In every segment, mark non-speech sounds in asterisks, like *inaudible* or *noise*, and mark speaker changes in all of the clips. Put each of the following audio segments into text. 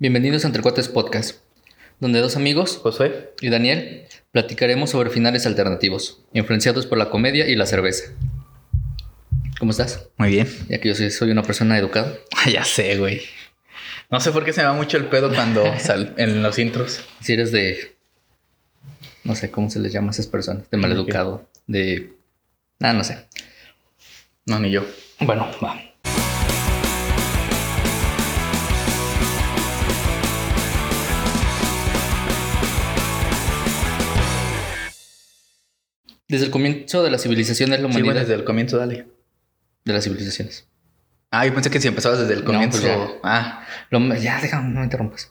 Speaker 1: Bienvenidos a Entre Cuates Podcast, donde dos amigos,
Speaker 2: Josué,
Speaker 1: y Daniel, platicaremos sobre finales alternativos, influenciados por la comedia y la cerveza. ¿Cómo estás?
Speaker 2: muy bien. *laughs*
Speaker 1: Ya que yo soy, soy una persona educada.
Speaker 2: ya sé, güey. No sé por qué se me va mucho el pedo cuando sal en los intros.
Speaker 1: Si eres de... No sé, ¿cómo se les llama a esas personas? De maleducado, de... Ah, no sé.
Speaker 2: No, ni yo.
Speaker 1: Bueno, va. Desde el comienzo de la civilización de la
Speaker 2: Sí,
Speaker 1: humanidad.
Speaker 2: bueno, desde el comienzo, dale.
Speaker 1: De las civilizaciones.
Speaker 2: Ah, yo pensé que si empezabas desde el
Speaker 1: No,
Speaker 2: comienzo.
Speaker 1: pues ya.
Speaker 2: ah,
Speaker 1: La hum- ya, déjame, no me interrumpas.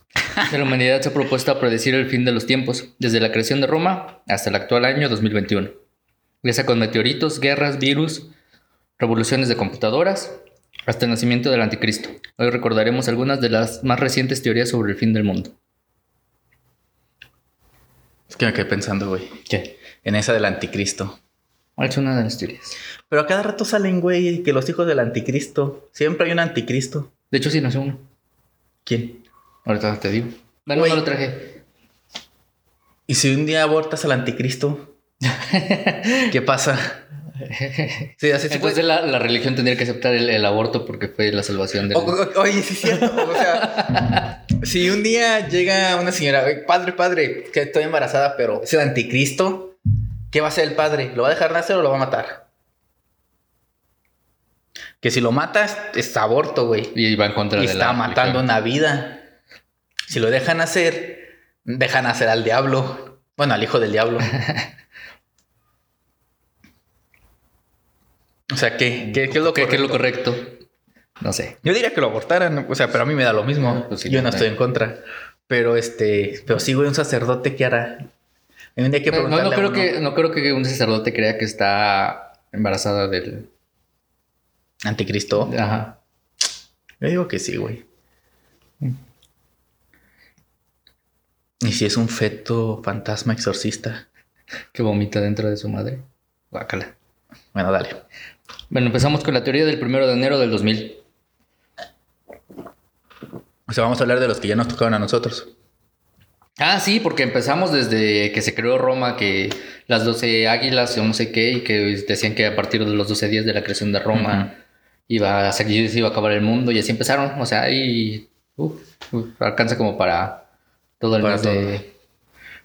Speaker 1: La humanidad se ha propuesto a predecir el fin de los tiempos, desde la creación de Roma hasta el actual año 2021. Ya sea con meteoritos, guerras, virus, revoluciones de computadoras, hasta el nacimiento del anticristo. Hoy recordaremos algunas de las más recientes teorías sobre el fin del mundo.
Speaker 2: es que me quedé pensando, güey.
Speaker 1: ¿Qué?
Speaker 2: En esa del anticristo.
Speaker 1: Es una de las teorías.
Speaker 2: Pero a cada rato salen, güey, que los hijos del anticristo. Siempre hay un anticristo.
Speaker 1: De hecho, sí, no sé uno.
Speaker 2: ¿Quién?
Speaker 1: Ahorita te digo. Bueno,
Speaker 2: Güey.
Speaker 1: no lo traje.
Speaker 2: Y si un día abortas al anticristo, ¿qué pasa? Sí, así se puede-
Speaker 1: Entonces la, la religión tendría que aceptar el, el aborto porque fue la salvación del
Speaker 2: O- o- oye, sí es cierto. O sea, si un día llega una señora, "Oye, padre, padre, que estoy embarazada, pero es el anticristo, ¿qué va a hacer el padre? ¿Lo va a dejar nacer o lo va a matar? Que si lo matas, es aborto, güey.
Speaker 1: Y va en contra
Speaker 2: Y
Speaker 1: de la
Speaker 2: está
Speaker 1: religión.
Speaker 2: matando una vida. Si lo dejan hacer, dejan hacer al diablo. Bueno, al hijo
Speaker 1: *laughs*
Speaker 2: del diablo. O sea, ¿qué, qué, qué es lo
Speaker 1: ¿Qué, qué es lo
Speaker 2: correcto?
Speaker 1: correcto? No sé.
Speaker 2: Yo diría que lo abortaran, o sea, pero a mí me da lo mismo.
Speaker 1: Pues sí,
Speaker 2: Yo no
Speaker 1: sí.
Speaker 2: estoy en contra. Pero este, pero sí, güey, un sacerdote que hará. Un día hay que
Speaker 1: Eh, No,
Speaker 2: preguntarle
Speaker 1: no
Speaker 2: a
Speaker 1: creo
Speaker 2: uno,
Speaker 1: que, no creo que un sacerdote crea que está embarazada del...
Speaker 2: Anticristo.
Speaker 1: Ajá.
Speaker 2: Yo digo que sí, güey. Y si es un feto fantasma exorcista.
Speaker 1: Que vomita dentro de su madre. Guácala.
Speaker 2: Bueno, dale.
Speaker 1: Bueno, empezamos con la teoría del primero de enero del 2000.
Speaker 2: O sea, vamos a hablar de los que ya nos tocaron a nosotros.
Speaker 1: Ah, sí, porque empezamos desde que se creó Roma, que las 12 águilas o no sé qué, y que decían que a partir de los 12 días de la creación de Roma iba a seguir, se iba a acabar el mundo, y así empezaron. O sea, y uf, uf, alcanza como para todo el
Speaker 2: Para
Speaker 1: mes de-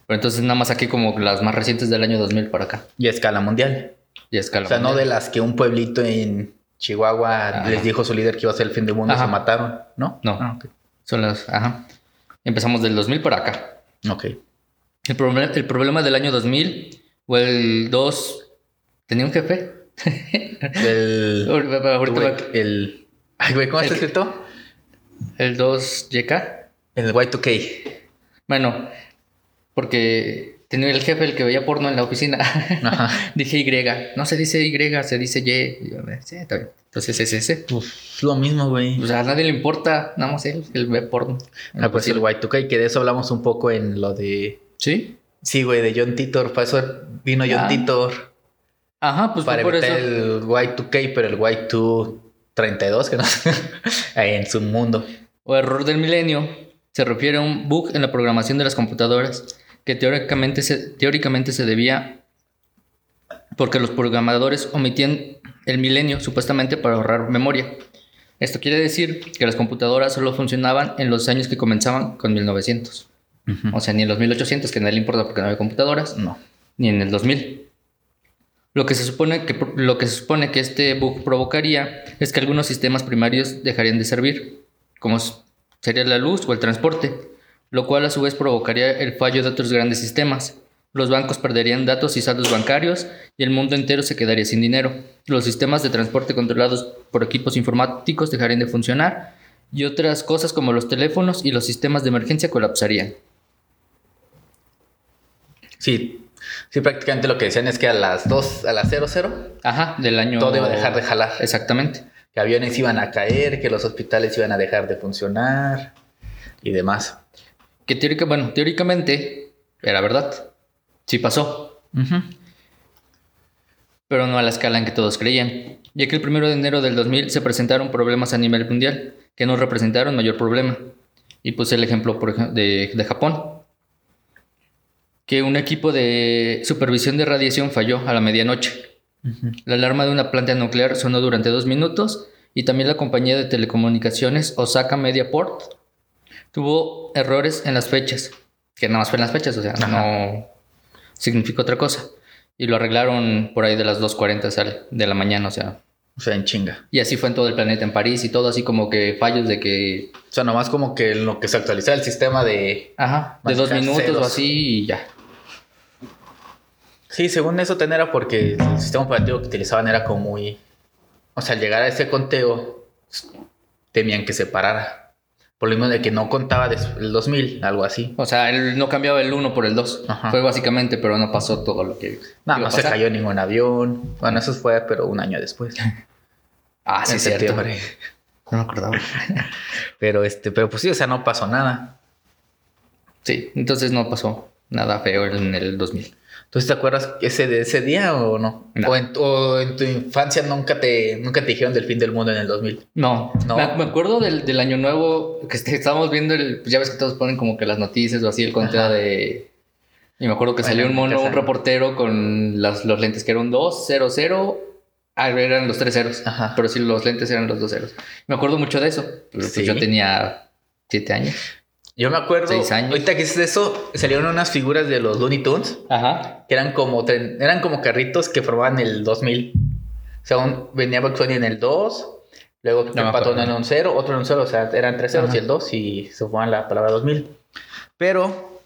Speaker 1: Pero entonces nada más aquí como las más recientes del año 2000 para acá.
Speaker 2: Y a escala mundial.
Speaker 1: Y escala
Speaker 2: o sea, no
Speaker 1: mundial.
Speaker 2: de las que un pueblito en Chihuahua
Speaker 1: Ajá.
Speaker 2: les dijo su líder que iba a ser el fin del mundo
Speaker 1: Ajá.
Speaker 2: y se mataron, ¿no?
Speaker 1: No.
Speaker 2: Ah, ok.
Speaker 1: Son las. Ajá. Empezamos del 2000 para acá.
Speaker 2: Ok.
Speaker 1: El, proble- el problema del año 2000 o el 2. ¿Tenía un jefe? *laughs*
Speaker 2: El...
Speaker 1: Ahorita va-
Speaker 2: Güey, el. Ay, güey, ¿cómo
Speaker 1: El
Speaker 2: está
Speaker 1: que-
Speaker 2: escrito?
Speaker 1: El 2 YK.
Speaker 2: El Y2K.
Speaker 1: Bueno, porque tenía el jefe el que veía porno en la oficina.
Speaker 2: Ajá.
Speaker 1: *laughs* Dije Y. No se dice Y, se dice Y. Y yo, "Eh, sí, está bien. Entonces es ese.
Speaker 2: Pues lo mismo, güey.
Speaker 1: O sea, a nadie le importa. Nada más él, él ve porno.
Speaker 2: Ah, pues el Y2K, que de eso hablamos un poco en lo de.
Speaker 1: Sí.
Speaker 2: Sí, güey, de John Titor. Para eso vino John
Speaker 1: Ah,
Speaker 2: Titor.
Speaker 1: Ajá, pues
Speaker 2: Para
Speaker 1: fue por
Speaker 2: evitar
Speaker 1: eso.
Speaker 2: el Y2K, pero el Y232, que no sé. *laughs* Ahí en su mundo.
Speaker 1: o error del milenio se refiere a un bug en la programación de las computadoras que teóricamente se, teóricamente se debía porque los programadores omitían el milenio supuestamente para ahorrar memoria. Esto quiere decir que las computadoras solo funcionaban en los años que comenzaban con 1900. O sea, ni en los 1800, que a nadie le importa porque no había computadoras,
Speaker 2: No.
Speaker 1: ni en el 2000. Lo que, se supone que, lo que se supone que este bug provocaría es que algunos sistemas primarios dejarían de servir, como s- sería la luz o el transporte, lo cual a su vez provocaría el fallo de otros grandes sistemas. Los bancos perderían datos y saldos bancarios y el mundo entero se quedaría sin dinero. Los sistemas de transporte controlados por equipos informáticos dejarían de funcionar y otras cosas como los teléfonos y los sistemas de emergencia colapsarían.
Speaker 2: Sí. Sí, prácticamente lo que decían es que a las 2, a las 00,
Speaker 1: Ajá, del año...
Speaker 2: todo iba a dejar de jalar.
Speaker 1: Exactamente.
Speaker 2: Que aviones iban a caer, que los hospitales iban a dejar de funcionar y demás.
Speaker 1: Que teórica, bueno, teóricamente era verdad. Sí pasó, pero no a la escala en que todos creían. Ya que el primero de enero del 2000 se presentaron problemas a nivel mundial que no representaron mayor problema. Y puse el ejemplo por ej- de, de Japón. Que un equipo de supervisión de radiación falló a la medianoche. La alarma de una planta nuclear sonó durante dos minutos y también la compañía de telecomunicaciones Osaka Media Port tuvo errores en las fechas, que nada más fue en las fechas, o sea,
Speaker 2: Ajá.
Speaker 1: no significó otra cosa. Y lo arreglaron por ahí de las 2.40 sale, de la mañana, o sea.
Speaker 2: O sea, en chinga.
Speaker 1: Y así fue en todo el planeta, en París y todo, así como que fallos de que,
Speaker 2: O sea, nomás como que en lo que se actualiza el sistema de.
Speaker 1: ajá, de dos
Speaker 2: Marcar
Speaker 1: minutos o
Speaker 2: ceros.
Speaker 1: así y ya.
Speaker 2: Sí, según eso, ten era porque el sistema operativo que utilizaban era como muy. O sea, al llegar a ese conteo, temían que se parara. Por lo mismo de que no contaba des- el 2000, algo así.
Speaker 1: O sea, él no cambiaba el 1 por el 2.
Speaker 2: Ajá.
Speaker 1: Fue básicamente, pero no pasó todo lo que. iba
Speaker 2: No,
Speaker 1: a
Speaker 2: no se
Speaker 1: pasar.
Speaker 2: cayó ningún avión. Bueno, eso fue, pero un año
Speaker 1: *laughs*
Speaker 2: después.
Speaker 1: Ah, sí,
Speaker 2: en
Speaker 1: es cierto.
Speaker 2: septiembre.
Speaker 1: No me acordaba.
Speaker 2: Pero este, pero pues sí, o sea, no pasó nada.
Speaker 1: Sí, entonces no pasó nada feo en el 2000.
Speaker 2: ¿Tú sí te acuerdas ese de ese día o no?
Speaker 1: No.
Speaker 2: O, en, tu- o en tu infancia nunca te nunca te dijeron del fin del mundo en el 2000.
Speaker 1: No,
Speaker 2: No.
Speaker 1: Me, me acuerdo del, del año nuevo que este- estábamos viendo, el, ya ves que todos ponen como que las noticias o así el conteo
Speaker 2: Ajá.
Speaker 1: de... Y me acuerdo que
Speaker 2: Bueno,
Speaker 1: salió un mono, un
Speaker 2: interesante.
Speaker 1: reportero con las- los lentes que eran 2, 0, 0. Ah, eran los tres ceros.
Speaker 2: Ajá.
Speaker 1: Pero sí, los lentes eran los dos ceros. Me acuerdo mucho de eso. Pero pues
Speaker 2: Sí.
Speaker 1: yo tenía siete años.
Speaker 2: Yo me acuerdo,
Speaker 1: Seis años.
Speaker 2: ahorita que es eso, salieron unas figuras de los Looney Tunes
Speaker 1: Ajá.
Speaker 2: que eran como tren- eran como carritos que formaban el 2000. O sea, un- venía Bugs Bunny en el 2, luego
Speaker 1: me
Speaker 2: el patón
Speaker 1: acuerdo.
Speaker 2: en un 0, otro en un 0, o sea, eran tres ceros
Speaker 1: Ajá.
Speaker 2: y el 2 y se formaban la palabra 2000. Pero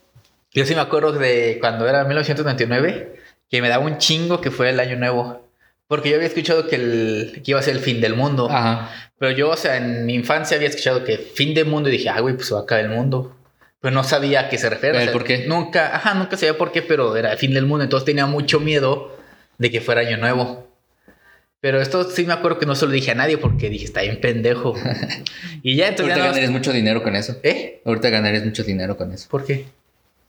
Speaker 2: yo sí me acuerdo de cuando era 1999, que me daba un chingo que fue el año nuevo. Porque yo había escuchado que, el, que iba a ser el fin del mundo.
Speaker 1: Ah, Ajá.
Speaker 2: Pero yo, o sea, en mi infancia había escuchado que fin del mundo y dije, ah, güey, pues se va a acabar el mundo. Pero no sabía a qué se refiere. o
Speaker 1: Pero,
Speaker 2: sea,
Speaker 1: ¿por qué?
Speaker 2: Nunca, ajá, nunca sabía por qué, pero era el fin del mundo. Entonces tenía mucho miedo de que fuera año nuevo. Pero esto sí me acuerdo que no se lo dije a nadie porque dije, está bien
Speaker 1: *laughs*
Speaker 2: pendejo. y ya entonces...
Speaker 1: Ahorita
Speaker 2: ya nada más-
Speaker 1: ganarías mucho dinero con eso.
Speaker 2: ¿Eh?
Speaker 1: Ahorita ganarías mucho dinero con eso.
Speaker 2: ¿Por qué?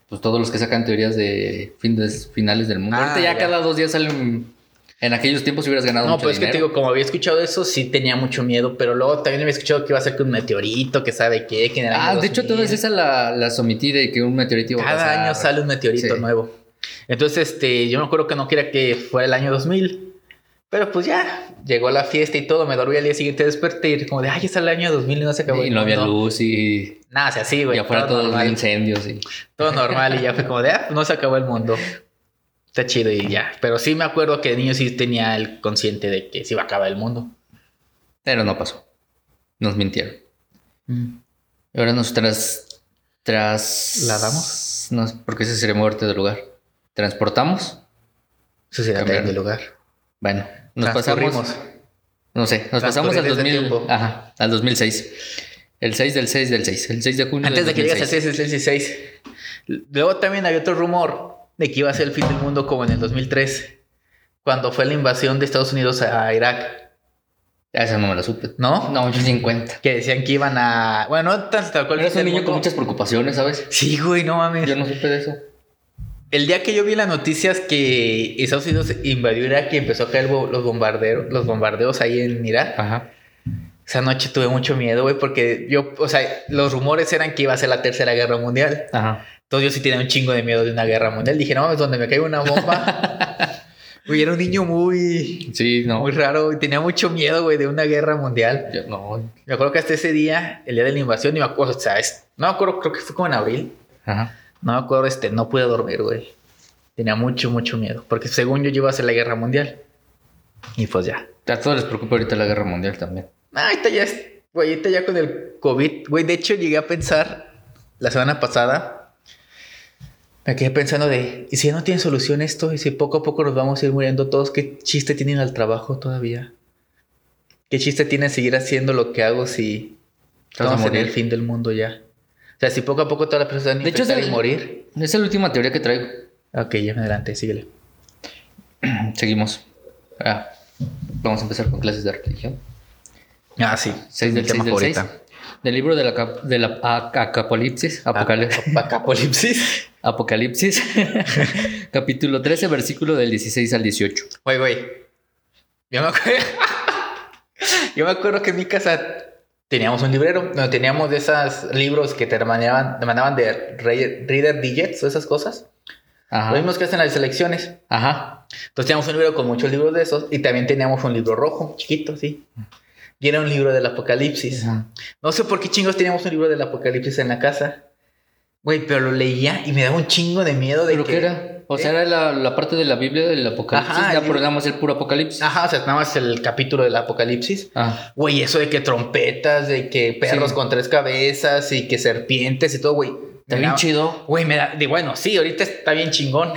Speaker 1: Pues todos los que sacan teorías de fines, finales del mundo.
Speaker 2: Ah,
Speaker 1: Ahorita ya,
Speaker 2: ya.
Speaker 1: cada dos días salen... En aquellos tiempos hubieras ganado
Speaker 2: No,
Speaker 1: Ah, mucho
Speaker 2: pues es que
Speaker 1: dinero.
Speaker 2: te digo, como había escuchado eso, sí tenía mucho miedo. Pero luego también había escuchado que iba a ser que un meteorito, que sabe qué, que en el
Speaker 1: Ah,
Speaker 2: año
Speaker 1: de hecho,
Speaker 2: 2000.
Speaker 1: todas esas la, las omití de que un meteorito iba a
Speaker 2: Cada
Speaker 1: pasar.
Speaker 2: año sale un meteorito
Speaker 1: Sí.
Speaker 2: nuevo. Entonces, este, yo me acuerdo que no quería que fuera el año 2000. Pero pues ya, llegó la fiesta y todo, me dormí al día siguiente, desperté y era como de, ay, es el año 2000 y no se acabó.
Speaker 1: Y
Speaker 2: el
Speaker 1: no había
Speaker 2: mundo".
Speaker 1: luz y,
Speaker 2: Nada, o sea, sí, güey.
Speaker 1: y afuera todos los
Speaker 2: normal,
Speaker 1: incendios. Y...
Speaker 2: *laughs* todo normal y ya fue como de, ah, no se acabó el mundo. Está chido y ya. Pero sí me acuerdo que de niño sí tenía el consciente de que se iba a acabar el mundo.
Speaker 1: Pero no pasó. Nos mintieron. Mm. Y ahora nos tras... tras...
Speaker 2: ¿La damos?
Speaker 1: No, porque ese sería muerte del lugar. ¿Transportamos?
Speaker 2: Sociedad
Speaker 1: Cambiar.
Speaker 2: de lugar.
Speaker 1: Bueno, nos pasamos...
Speaker 2: Transcurrimos.
Speaker 1: No sé, nos pasamos al
Speaker 2: Transcurrir
Speaker 1: 2000...
Speaker 2: ese tiempo.
Speaker 1: Ajá, al 2006. El 6 del 6 del 6. El 6 de junio
Speaker 2: Antes
Speaker 1: del
Speaker 2: de que llegas al
Speaker 1: 2006.
Speaker 2: 666. Luego también había otro rumor de que iba a ser el fin del mundo como en el 2003, cuando fue la invasión de Estados Unidos a Irak,
Speaker 1: Ah, Esa no me la supe.
Speaker 2: ¿no?
Speaker 1: No, yo 50.
Speaker 2: Que decían que iban a... Bueno, no tan- tal cual.
Speaker 1: Eres
Speaker 2: fin
Speaker 1: un
Speaker 2: del
Speaker 1: niño con
Speaker 2: mundo.
Speaker 1: muchas preocupaciones, ¿sabes?
Speaker 2: Sí, güey, no mames.
Speaker 1: Yo no supe de eso.
Speaker 2: El día que yo vi las noticias que Estados Unidos invadió Irak y empezó a caer bo- los, bombarderos, los bombardeos ahí en Irak,
Speaker 1: Ajá.
Speaker 2: esa noche tuve mucho miedo, güey, porque yo, o sea, los rumores eran que iba a ser la Tercera Guerra Mundial.
Speaker 1: Ajá.
Speaker 2: Entonces yo sí tenía un chingo de miedo de una guerra mundial. Dije, no mames, donde me caiga una bomba. Güey, era un niño muy,
Speaker 1: Sí, no.
Speaker 2: muy raro y tenía mucho miedo, güey, de una guerra mundial.
Speaker 1: Yo- no.
Speaker 2: Me acuerdo que hasta ese día, el día de la invasión, y me acuerdo, o sea, es- no me acuerdo, creo que fue como en abril.
Speaker 1: Ajá.
Speaker 2: No me acuerdo, este, no pude dormir, güey. Tenía mucho, mucho miedo. Porque según yo, yo iba a hacer la guerra mundial. Y pues ya.
Speaker 1: A todos les preocupa ahorita la guerra mundial también.
Speaker 2: Ah, ahorita ya, es- güey, ahorita ya con el COVID, güey, de hecho llegué a pensar la semana pasada, me quedé pensando de, ¿y si ya no tiene solución esto? ¿Y si poco a poco nos vamos a ir muriendo todos? ¿Qué chiste tienen al trabajo todavía? ¿Qué chiste tiene seguir haciendo lo que hago si
Speaker 1: Te vas a
Speaker 2: vamos a tener
Speaker 1: morir.
Speaker 2: el fin del mundo ya? O sea, si poco a poco todas las personas van a
Speaker 1: De hecho,
Speaker 2: infectar
Speaker 1: es
Speaker 2: y
Speaker 1: el-
Speaker 2: morir.
Speaker 1: Esa es la última teoría que traigo.
Speaker 2: Ok, ya adelante, síguele.
Speaker 1: Seguimos. Ah, vamos a empezar con clases de religión.
Speaker 2: Ah, sí.
Speaker 1: 6 del 6 del 6. Del libro de la, cap- de la a- Acapolipsis. Apocal-
Speaker 2: *laughs* Apocalipsis.
Speaker 1: Apocalipsis. *laughs* capítulo 13, versículo del 16 al 18.
Speaker 2: *laughs* Güey, güey. Yo me acuerdo. yo me acuerdo que en mi casa teníamos un librero donde teníamos de esos libros que te mandaban, te mandaban de re- Reader Digits o esas cosas.
Speaker 1: Ajá.
Speaker 2: Los mismos que hacen las elecciones.
Speaker 1: Ajá.
Speaker 2: Entonces teníamos un libro con muchos libros de esos y también teníamos un libro rojo, chiquito, sí. Y era un libro del apocalipsis.
Speaker 1: Ajá.
Speaker 2: No sé por qué chingos teníamos un libro del apocalipsis en la casa. Güey, pero lo leía y me daba un chingo de miedo de
Speaker 1: ¿Pero qué era? O sea, era la, la parte de la Biblia del apocalipsis.
Speaker 2: Ajá,
Speaker 1: ya,
Speaker 2: yo- Ah.
Speaker 1: pero nada más el puro apocalipsis.
Speaker 2: Ajá, o sea, nada más el capítulo del apocalipsis.
Speaker 1: Ah,
Speaker 2: Güey, eso de que trompetas, de que perros
Speaker 1: Sí.
Speaker 2: con tres cabezas y que serpientes y todo, güey.
Speaker 1: está
Speaker 2: Me
Speaker 1: bien
Speaker 2: daba-
Speaker 1: chido.
Speaker 2: Güey, me da, de, bueno, sí, ahorita está bien
Speaker 1: *laughs*
Speaker 2: chingón.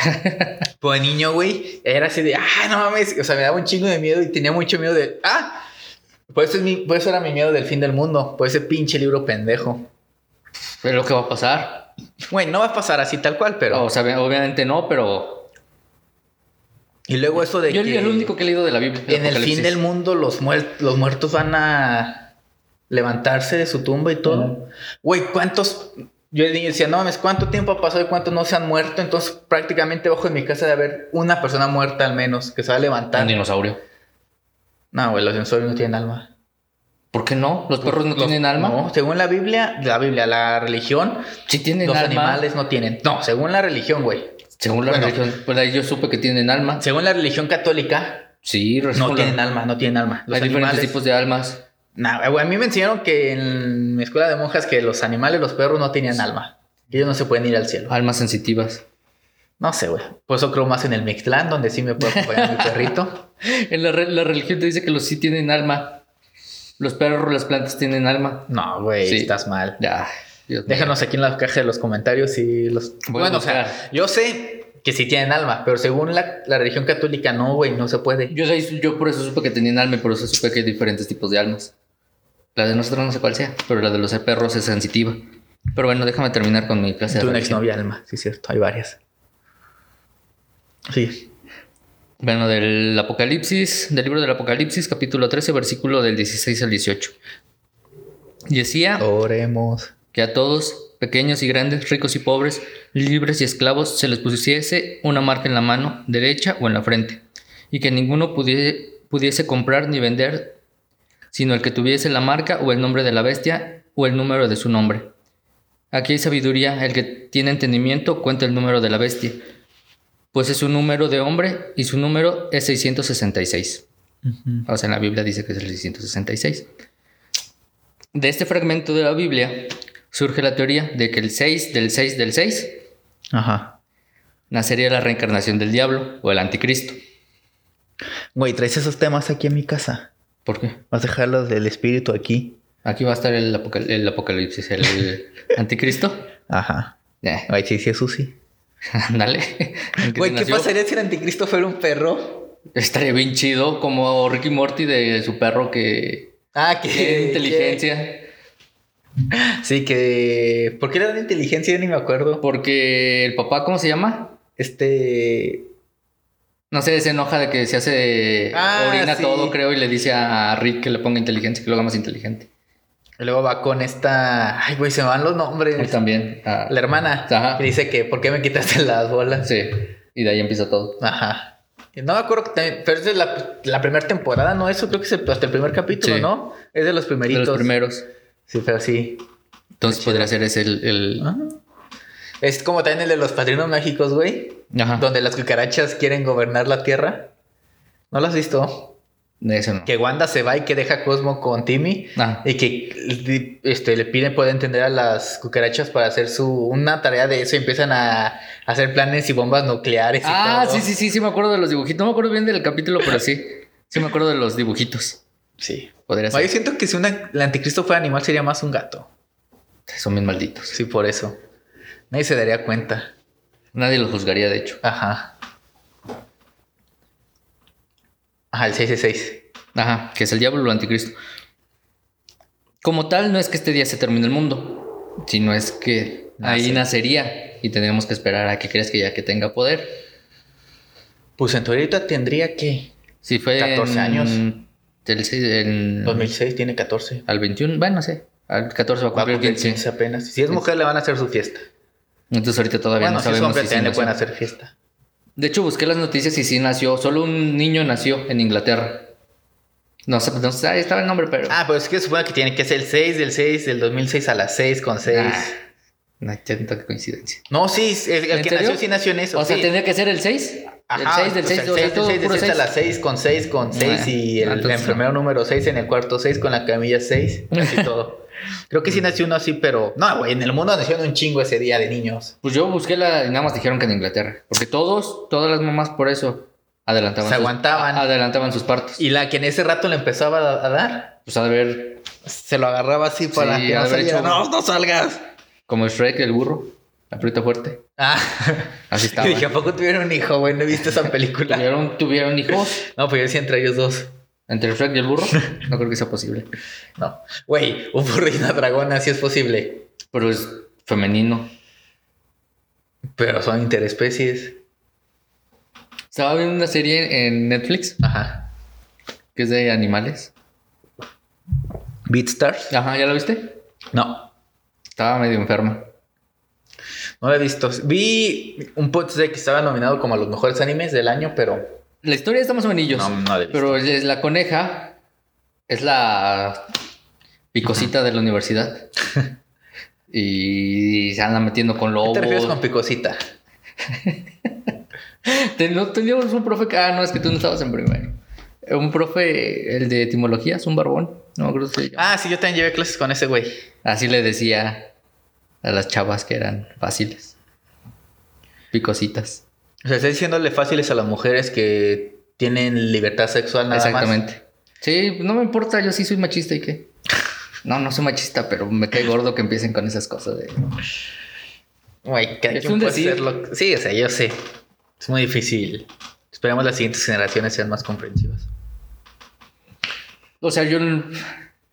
Speaker 2: Pero de niño, güey, era así de, ah, no mames, o sea, me daba un chingo de miedo y tenía mucho miedo de, ah, por eso, es mi, por eso era mi miedo del fin del mundo, por ese pinche libro pendejo.
Speaker 1: Pero lo que va a pasar.
Speaker 2: Güey, no va a pasar así tal cual, pero...
Speaker 1: O sea, obviamente no, pero.
Speaker 2: Y luego eso de
Speaker 1: Yo
Speaker 2: que
Speaker 1: el único que he leído de la Biblia.
Speaker 2: en el fin del mundo los, muer- los muertos van a levantarse de su tumba y todo. Güey, ¿cuántos? Yo de niño decía, no mames, ¿cuánto tiempo ha pasado y cuántos no se han muerto? Entonces prácticamente bajo en mi casa de haber una persona muerta al menos que se va a levantar.
Speaker 1: Un dinosaurio.
Speaker 2: No, güey, los sensores no tienen alma.
Speaker 1: ¿Por qué no? ¿Los perros no
Speaker 2: Los-
Speaker 1: tienen alma?
Speaker 2: No, según la Biblia, la Biblia, la religión,
Speaker 1: Sí tienen
Speaker 2: los
Speaker 1: alma.
Speaker 2: animales no tienen. No, según la religión, güey.
Speaker 1: Según la
Speaker 2: Bueno.
Speaker 1: religión. Por ahí yo supe que tienen alma.
Speaker 2: Según la religión católica,
Speaker 1: Sí,
Speaker 2: no
Speaker 1: resulta-
Speaker 2: tienen alma, no tienen alma. Los
Speaker 1: Hay diferentes
Speaker 2: animales-
Speaker 1: tipos de almas.
Speaker 2: Nah, güey, a mí me enseñaron que en mi escuela de monjas que los animales, los perros no tenían alma. Que ellos no se pueden ir al cielo.
Speaker 1: Almas sensitivas.
Speaker 2: No sé, güey. Por eso creo más en el Mictlán, donde sí me puede acompañar mi
Speaker 1: *laughs*
Speaker 2: perrito.
Speaker 1: En la, re- la religión te dice que los sí tienen alma. Los perros, las plantas tienen alma.
Speaker 2: No, güey,
Speaker 1: Sí.
Speaker 2: estás mal.
Speaker 1: Ya. Dios mío.
Speaker 2: Déjanos aquí en la caja de los comentarios y los...
Speaker 1: Voy a
Speaker 2: bueno, o sea,
Speaker 1: buscar.
Speaker 2: yo sé que sí tienen alma, pero según la, la religión católica, no, güey, no se puede.
Speaker 1: Yo, de ahí- yo por eso supe que tenían alma y por eso supe que hay diferentes tipos de almas. La de nosotros no sé cuál sea, pero la de los perros es sensitiva. Pero bueno, déjame terminar con mi clase. de
Speaker 2: Tú una
Speaker 1: religión.
Speaker 2: exnovia alma, sí, cierto, hay varias. Sí.
Speaker 1: Bueno, del Apocalipsis, del libro del Apocalipsis, capítulo 13, versículo del 16 al 18. Y Decía
Speaker 2: Oremos.
Speaker 1: que a todos, pequeños y grandes, ricos y pobres, libres y esclavos, se les pusiese una marca en la mano derecha o en la frente, y que ninguno pudiese, pudiese comprar ni vender, sino el que tuviese la marca o el nombre de la bestia o el número de su nombre. Aquí hay sabiduría, el que tiene entendimiento cuenta el número de la bestia, pues es un número de hombre y su número es 666. O sea, en la Biblia dice que es el 666. De este fragmento de la Biblia surge la teoría de que el 6 del 6 del 6
Speaker 2: Ajá.
Speaker 1: nacería la reencarnación del diablo o el anticristo.
Speaker 2: Güey, traes esos temas aquí en mi casa.
Speaker 1: ¿Por qué?
Speaker 2: Vas a dejarlos del espíritu aquí.
Speaker 1: Aquí va a estar el, apocal- el apocalipsis, el, *laughs* anticristo.
Speaker 2: Ajá.
Speaker 1: Eh, *laughs*
Speaker 2: Ay, sí, sí, Susi.
Speaker 1: Ándale. ¿En
Speaker 2: Güey,
Speaker 1: te
Speaker 2: ¿qué
Speaker 1: nació?
Speaker 2: pasaría si el anticristo fuera un perro?
Speaker 1: Estaría bien chido, como Ricky Morty de su perro
Speaker 2: *laughs*
Speaker 1: que
Speaker 2: Ah, que.
Speaker 1: tiene inteligencia.
Speaker 2: que- sí, que. ¿Por qué le dan inteligencia? Yo ni me acuerdo.
Speaker 1: Porque el papá, ¿cómo se llama?
Speaker 2: Este.
Speaker 1: No sé, se enoja de que se hace
Speaker 2: Ah,
Speaker 1: orina
Speaker 2: sí.
Speaker 1: todo, creo, y le dice a Rick que le ponga inteligencia, que lo haga más inteligente.
Speaker 2: y Luego va con esta. Ay, güey, se me van los
Speaker 1: Él
Speaker 2: nombres.
Speaker 1: también. ah,
Speaker 2: La hermana.
Speaker 1: Ajá.
Speaker 2: Que dice que, ¿por qué me quitaste las bolas?
Speaker 1: Sí. Y de ahí empieza todo.
Speaker 2: Ajá. Y No me acuerdo que también. Pero es de la, la primera temporada, ¿no? Eso creo que es el- hasta el primer capítulo,
Speaker 1: Sí.
Speaker 2: ¿no? Es de los
Speaker 1: De
Speaker 2: primeritos.
Speaker 1: los primeros.
Speaker 2: Sí, pero sí.
Speaker 1: Entonces podría ser ese el. el-
Speaker 2: Ajá. Es como también el de los padrinos mágicos, güey.
Speaker 1: Ajá.
Speaker 2: donde las cucarachas quieren gobernar la Tierra. ¿No lo has visto?
Speaker 1: De eso no. Ah.
Speaker 2: Que Wanda se va y que deja a Cosmo con Timmy
Speaker 1: Ajá.
Speaker 2: y que este, le piden poder entender a las cucarachas para hacer su una tarea de eso y empiezan a hacer planes y bombas nucleares. y
Speaker 1: Ah,
Speaker 2: todo.
Speaker 1: sí, sí, sí, sí, me acuerdo de los dibujitos. No me acuerdo bien del capítulo, pero sí. Sí, me acuerdo de los dibujitos.
Speaker 2: Sí.
Speaker 1: Podría
Speaker 2: Yo
Speaker 1: ser.
Speaker 2: siento que si una- el anticristo fuera animal sería más un gato.
Speaker 1: Son bien malditos.
Speaker 2: Sí, por eso. Nadie se daría cuenta.
Speaker 1: Nadie los juzgaría, de hecho.
Speaker 2: Ajá. Ajá, el 666.
Speaker 1: Ajá, que es el diablo o el anticristo. Como tal, no es que este día se termine el mundo, sino es que ahí
Speaker 2: Nace.
Speaker 1: nacería y tenemos que esperar a que crezca ya que tenga poder.
Speaker 2: Pues en teoría ahorita tendría que.
Speaker 1: Si fue
Speaker 2: 14 años.
Speaker 1: en, del seis- en-
Speaker 2: 2006 tiene 14.
Speaker 1: al 21, bueno, sí, al 14 va a
Speaker 2: Va a
Speaker 1: cumplir
Speaker 2: cumplir
Speaker 1: 15.
Speaker 2: 15 apenas. Si es mujer, le van a hacer su fiesta.
Speaker 1: Entonces ahorita todavía
Speaker 2: bueno,
Speaker 1: no
Speaker 2: si es
Speaker 1: sabemos
Speaker 2: hombre,
Speaker 1: si sí
Speaker 2: también le
Speaker 1: nació.
Speaker 2: pueden hacer fiesta.
Speaker 1: De hecho, busqué las noticias y sí nació, solo un niño nació en Inglaterra. No sé, no sé, ahí estaba el nombre, pero.
Speaker 2: Ah, pero es que supone que tiene que ser el 6 del 6 del 2006 a las 6 con 6.
Speaker 1: Nah, no hay tanta coincidencia.
Speaker 2: No, sí, es- el,
Speaker 1: ¿En
Speaker 2: que
Speaker 1: serio?
Speaker 2: nació sí nació en eso.
Speaker 1: O sea,
Speaker 2: sí.
Speaker 1: tendría que ser el 6.
Speaker 2: Ajá,
Speaker 1: el 6 del
Speaker 2: o
Speaker 1: 6,
Speaker 2: sea,
Speaker 1: o sea,
Speaker 2: del
Speaker 1: todo
Speaker 2: 6 del
Speaker 1: puro
Speaker 2: 6 a
Speaker 1: 6.
Speaker 2: las 6 con 6 con 6 y
Speaker 1: Ah,
Speaker 2: el
Speaker 1: entonces
Speaker 2: enfermero número 6 en el cuarto 6 con la camilla 6,
Speaker 1: *laughs*
Speaker 2: casi todo. Creo
Speaker 1: Mm.
Speaker 2: que sí nació uno así, pero no, güey, en el mundo nacieron un chingo ese día de niños.
Speaker 1: Pues yo busqué la y nada más dijeron que en Inglaterra. Porque todos, todas las mamás por eso adelantaban.
Speaker 2: Se
Speaker 1: sus-
Speaker 2: aguantaban.
Speaker 1: a- adelantaban sus partos.
Speaker 2: Y la que en ese rato le empezaba a, a dar,
Speaker 1: Pues a ver,
Speaker 2: se lo agarraba así para
Speaker 1: Sí,
Speaker 2: que
Speaker 1: ha
Speaker 2: no
Speaker 1: de haber
Speaker 2: saliera.
Speaker 1: hecho-
Speaker 2: No, no salgas.
Speaker 1: como Shrek, el burro, aprieta fuerte.
Speaker 2: Ah, *laughs*
Speaker 1: Así
Speaker 2: y
Speaker 1: estaba.
Speaker 2: dije, ¿a poco tuvieron un hijo, güey? ¿No viste esa *laughs* película?
Speaker 1: ¿Tuvieron, tuvieron hijos
Speaker 2: No, pues yo sí entre ellos dos.
Speaker 1: entre Shrek y el
Speaker 2: *laughs*
Speaker 1: burro. No creo que sea posible.
Speaker 2: No. Güey, un burro y una dragona, sí es posible.
Speaker 1: Pero es femenino.
Speaker 2: Pero son interespecies.
Speaker 1: Estaba viendo una serie en Netflix
Speaker 2: Ajá.
Speaker 1: que es de animales.
Speaker 2: ¿Beatstars?
Speaker 1: Ajá, ¿ya la viste?
Speaker 2: No.
Speaker 1: Estaba medio enferma.
Speaker 2: No lo he visto. Vi un post de que estaba nominado como a los mejores animes del año, pero
Speaker 1: La historia está más o menos.
Speaker 2: No, no la he visto.
Speaker 1: pero es la coneja. Es la picosita de la
Speaker 2: *laughs*
Speaker 1: universidad. y se anda metiendo con
Speaker 2: ¿qué te refieres
Speaker 1: lobos.
Speaker 2: con picosita?
Speaker 1: Ten- no, Teníamos un profe que. Ah, no, es que tú no estabas en primero. Eh, Un profe, el de etimología, es un barbón. No me acuerdo si se llama.
Speaker 2: Ah, sí, yo también llevé clases con ese güey.
Speaker 1: Así le decía a las chavas que eran fáciles. Picositas.
Speaker 2: O sea, está diciéndole fáciles a las mujeres que tienen libertad sexual nada Exactamente.
Speaker 1: Exactamente. Sí, no me importa, yo sí soy machista y qué. No, no soy machista, pero me cae gordo que empiecen con esas cosas de.
Speaker 2: Güey, cada
Speaker 1: Es
Speaker 2: quien
Speaker 1: un
Speaker 2: puede
Speaker 1: decir.
Speaker 2: hacerlo. Sí, o sea, yo sé. Es muy difícil. Esperemos las siguientes generaciones sean más comprensivas.
Speaker 1: O sea, yo. no-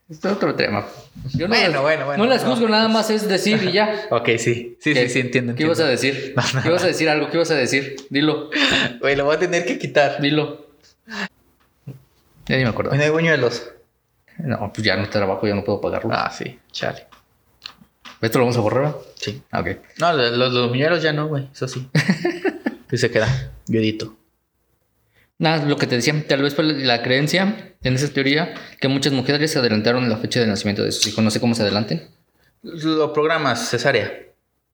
Speaker 1: Es otro tema. Yo no,
Speaker 2: Bueno,
Speaker 1: las,
Speaker 2: bueno, bueno,
Speaker 1: no las
Speaker 2: no.
Speaker 1: juzgo, nada más es decir y ya.
Speaker 2: Ok, *laughs* sí. Sí,
Speaker 1: ¿Qué-
Speaker 2: sí, sí, entiendo.
Speaker 1: ¿Qué ibas
Speaker 2: entiendo.
Speaker 1: a decir?
Speaker 2: No, nada.
Speaker 1: ¿Qué ibas a decir algo? ¿Qué ibas a decir? Dilo,
Speaker 2: Güey, lo voy a tener que quitar.
Speaker 1: dilo. Ya ni me acuerdo.
Speaker 2: Bueno, hay buñuelos.
Speaker 1: No, pues ya no trabajo, ya no puedo pagarlo.
Speaker 2: Ah, sí, chale.
Speaker 1: ¿Esto lo vamos a borrar?
Speaker 2: Sí.
Speaker 1: Ah, ok.
Speaker 2: No, lo- los, los buñuelos ya no, güey. Eso *laughs* sí. sí se queda. Yo edito.
Speaker 1: Nada, lo que te decía, tal vez fue la creencia en esa teoría que muchas mujeres se adelantaron la fecha de nacimiento de sus hijos. No sé cómo se adelanten.
Speaker 2: Lo programas, cesárea.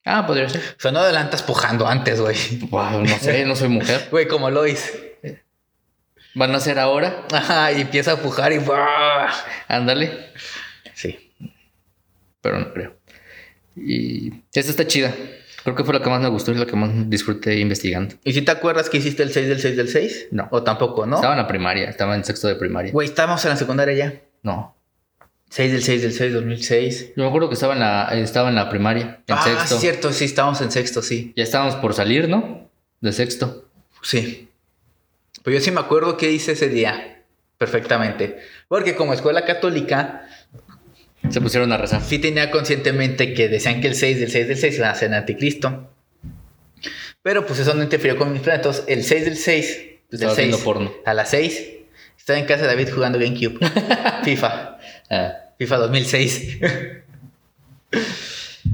Speaker 1: Ah, podría ser.
Speaker 2: O sea, no adelantas pujando antes, güey.
Speaker 1: Wow, no sé, no soy mujer.
Speaker 2: Güey, como Lois.
Speaker 1: ¿Van a ser ahora?
Speaker 2: Ajá, y empieza a pujar y... ¡buah!
Speaker 1: Ándale.
Speaker 2: Sí.
Speaker 1: Pero no creo. Y esta está chida. Creo que fue la que más me gustó y la que más disfruté investigando.
Speaker 2: ¿Y si te acuerdas que hiciste el 6 del 6 del 6?
Speaker 1: No.
Speaker 2: ¿O tampoco, no?
Speaker 1: Estaba en la primaria, estaba en sexto de primaria.
Speaker 2: Güey, estábamos en la secundaria ya.
Speaker 1: No.
Speaker 2: 6 del 6 del 6, 2006.
Speaker 1: Yo me acuerdo que estaba en la, estaba en la primaria, en
Speaker 2: ah,
Speaker 1: sexto.
Speaker 2: cierto, sí, estábamos en sexto, sí.
Speaker 1: Ya estábamos por salir, ¿no? De sexto.
Speaker 2: Sí. Pues yo sí me acuerdo qué hice ese día. Perfectamente. Porque como escuela católica,
Speaker 1: Se pusieron a rezar.
Speaker 2: sí tenía conscientemente que decían que el 6 del 6 del 6 iba a ser el anticristo. Pero pues eso no interfirió con mis planes. Entonces, el 6 del 6, pues, del
Speaker 1: Estaba viendo
Speaker 2: 6
Speaker 1: porno.
Speaker 2: a las 6, estaba en casa de David jugando GameCube. *laughs* FIFA.
Speaker 1: Ah,
Speaker 2: FIFA 2006.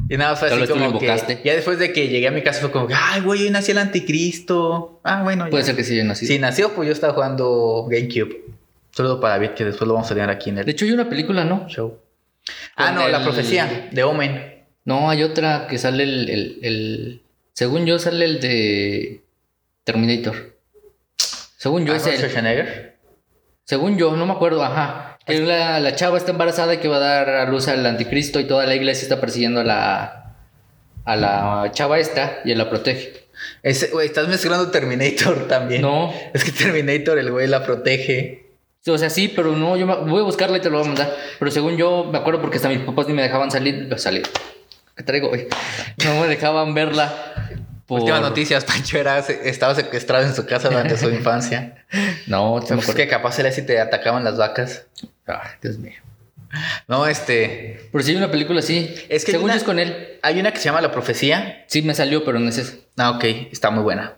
Speaker 2: y nada, fue
Speaker 1: Tal
Speaker 2: así
Speaker 1: vez tú lo
Speaker 2: como que...
Speaker 1: invocaste.
Speaker 2: Ya después de que llegué a mi casa fue como que, ay, güey, hoy nació el anticristo. Ah, bueno. ya.
Speaker 1: puede ser que sí hayan nacido.
Speaker 2: Si nació, pues yo estaba jugando GameCube. Solo para David, que después lo vamos a tener aquí en el
Speaker 1: De hecho, hay una película, ¿no?
Speaker 2: show. Ah,
Speaker 1: Con
Speaker 2: no, la
Speaker 1: el-
Speaker 2: profecía de Omen.
Speaker 1: No, hay otra que sale el, el- el- Según yo, sale el de Terminator. Según yo, es
Speaker 2: Arnold
Speaker 1: el.
Speaker 2: Schwarzenegger.
Speaker 1: Según yo, no me acuerdo, ajá. Que la, la chava está embarazada y que va a dar a luz al anticristo y toda la iglesia está persiguiendo a la. A la chava esta y él la protege.
Speaker 2: Ese, güey, estás mezclando Terminator *laughs* también.
Speaker 1: No.
Speaker 2: Es que Terminator, el güey, la protege.
Speaker 1: O sea, sí, pero no, yo me- voy a buscarla y te lo voy a mandar. Pero según yo, me acuerdo porque hasta mis papás ni me dejaban salir. Salir. ¿Qué traigo hoy? *laughs* No me dejaban verla. Por...
Speaker 2: Últimas noticias, Pancho era, se- estaba secuestrado en su casa
Speaker 1: *laughs*
Speaker 2: durante su infancia.
Speaker 1: No,
Speaker 2: O
Speaker 1: se me
Speaker 2: sea, pues
Speaker 1: acuerdo.
Speaker 2: es que capaz era si te atacaban las vacas.
Speaker 1: Ay, Dios mío.
Speaker 2: No, este...
Speaker 1: Pero sí hay una película así.
Speaker 2: Es que hay
Speaker 1: Según
Speaker 2: una-
Speaker 1: yo es con él.
Speaker 2: Hay una que se llama La Profecía.
Speaker 1: Sí me salió, pero no es eso.
Speaker 2: Ah, ok. Está muy buena.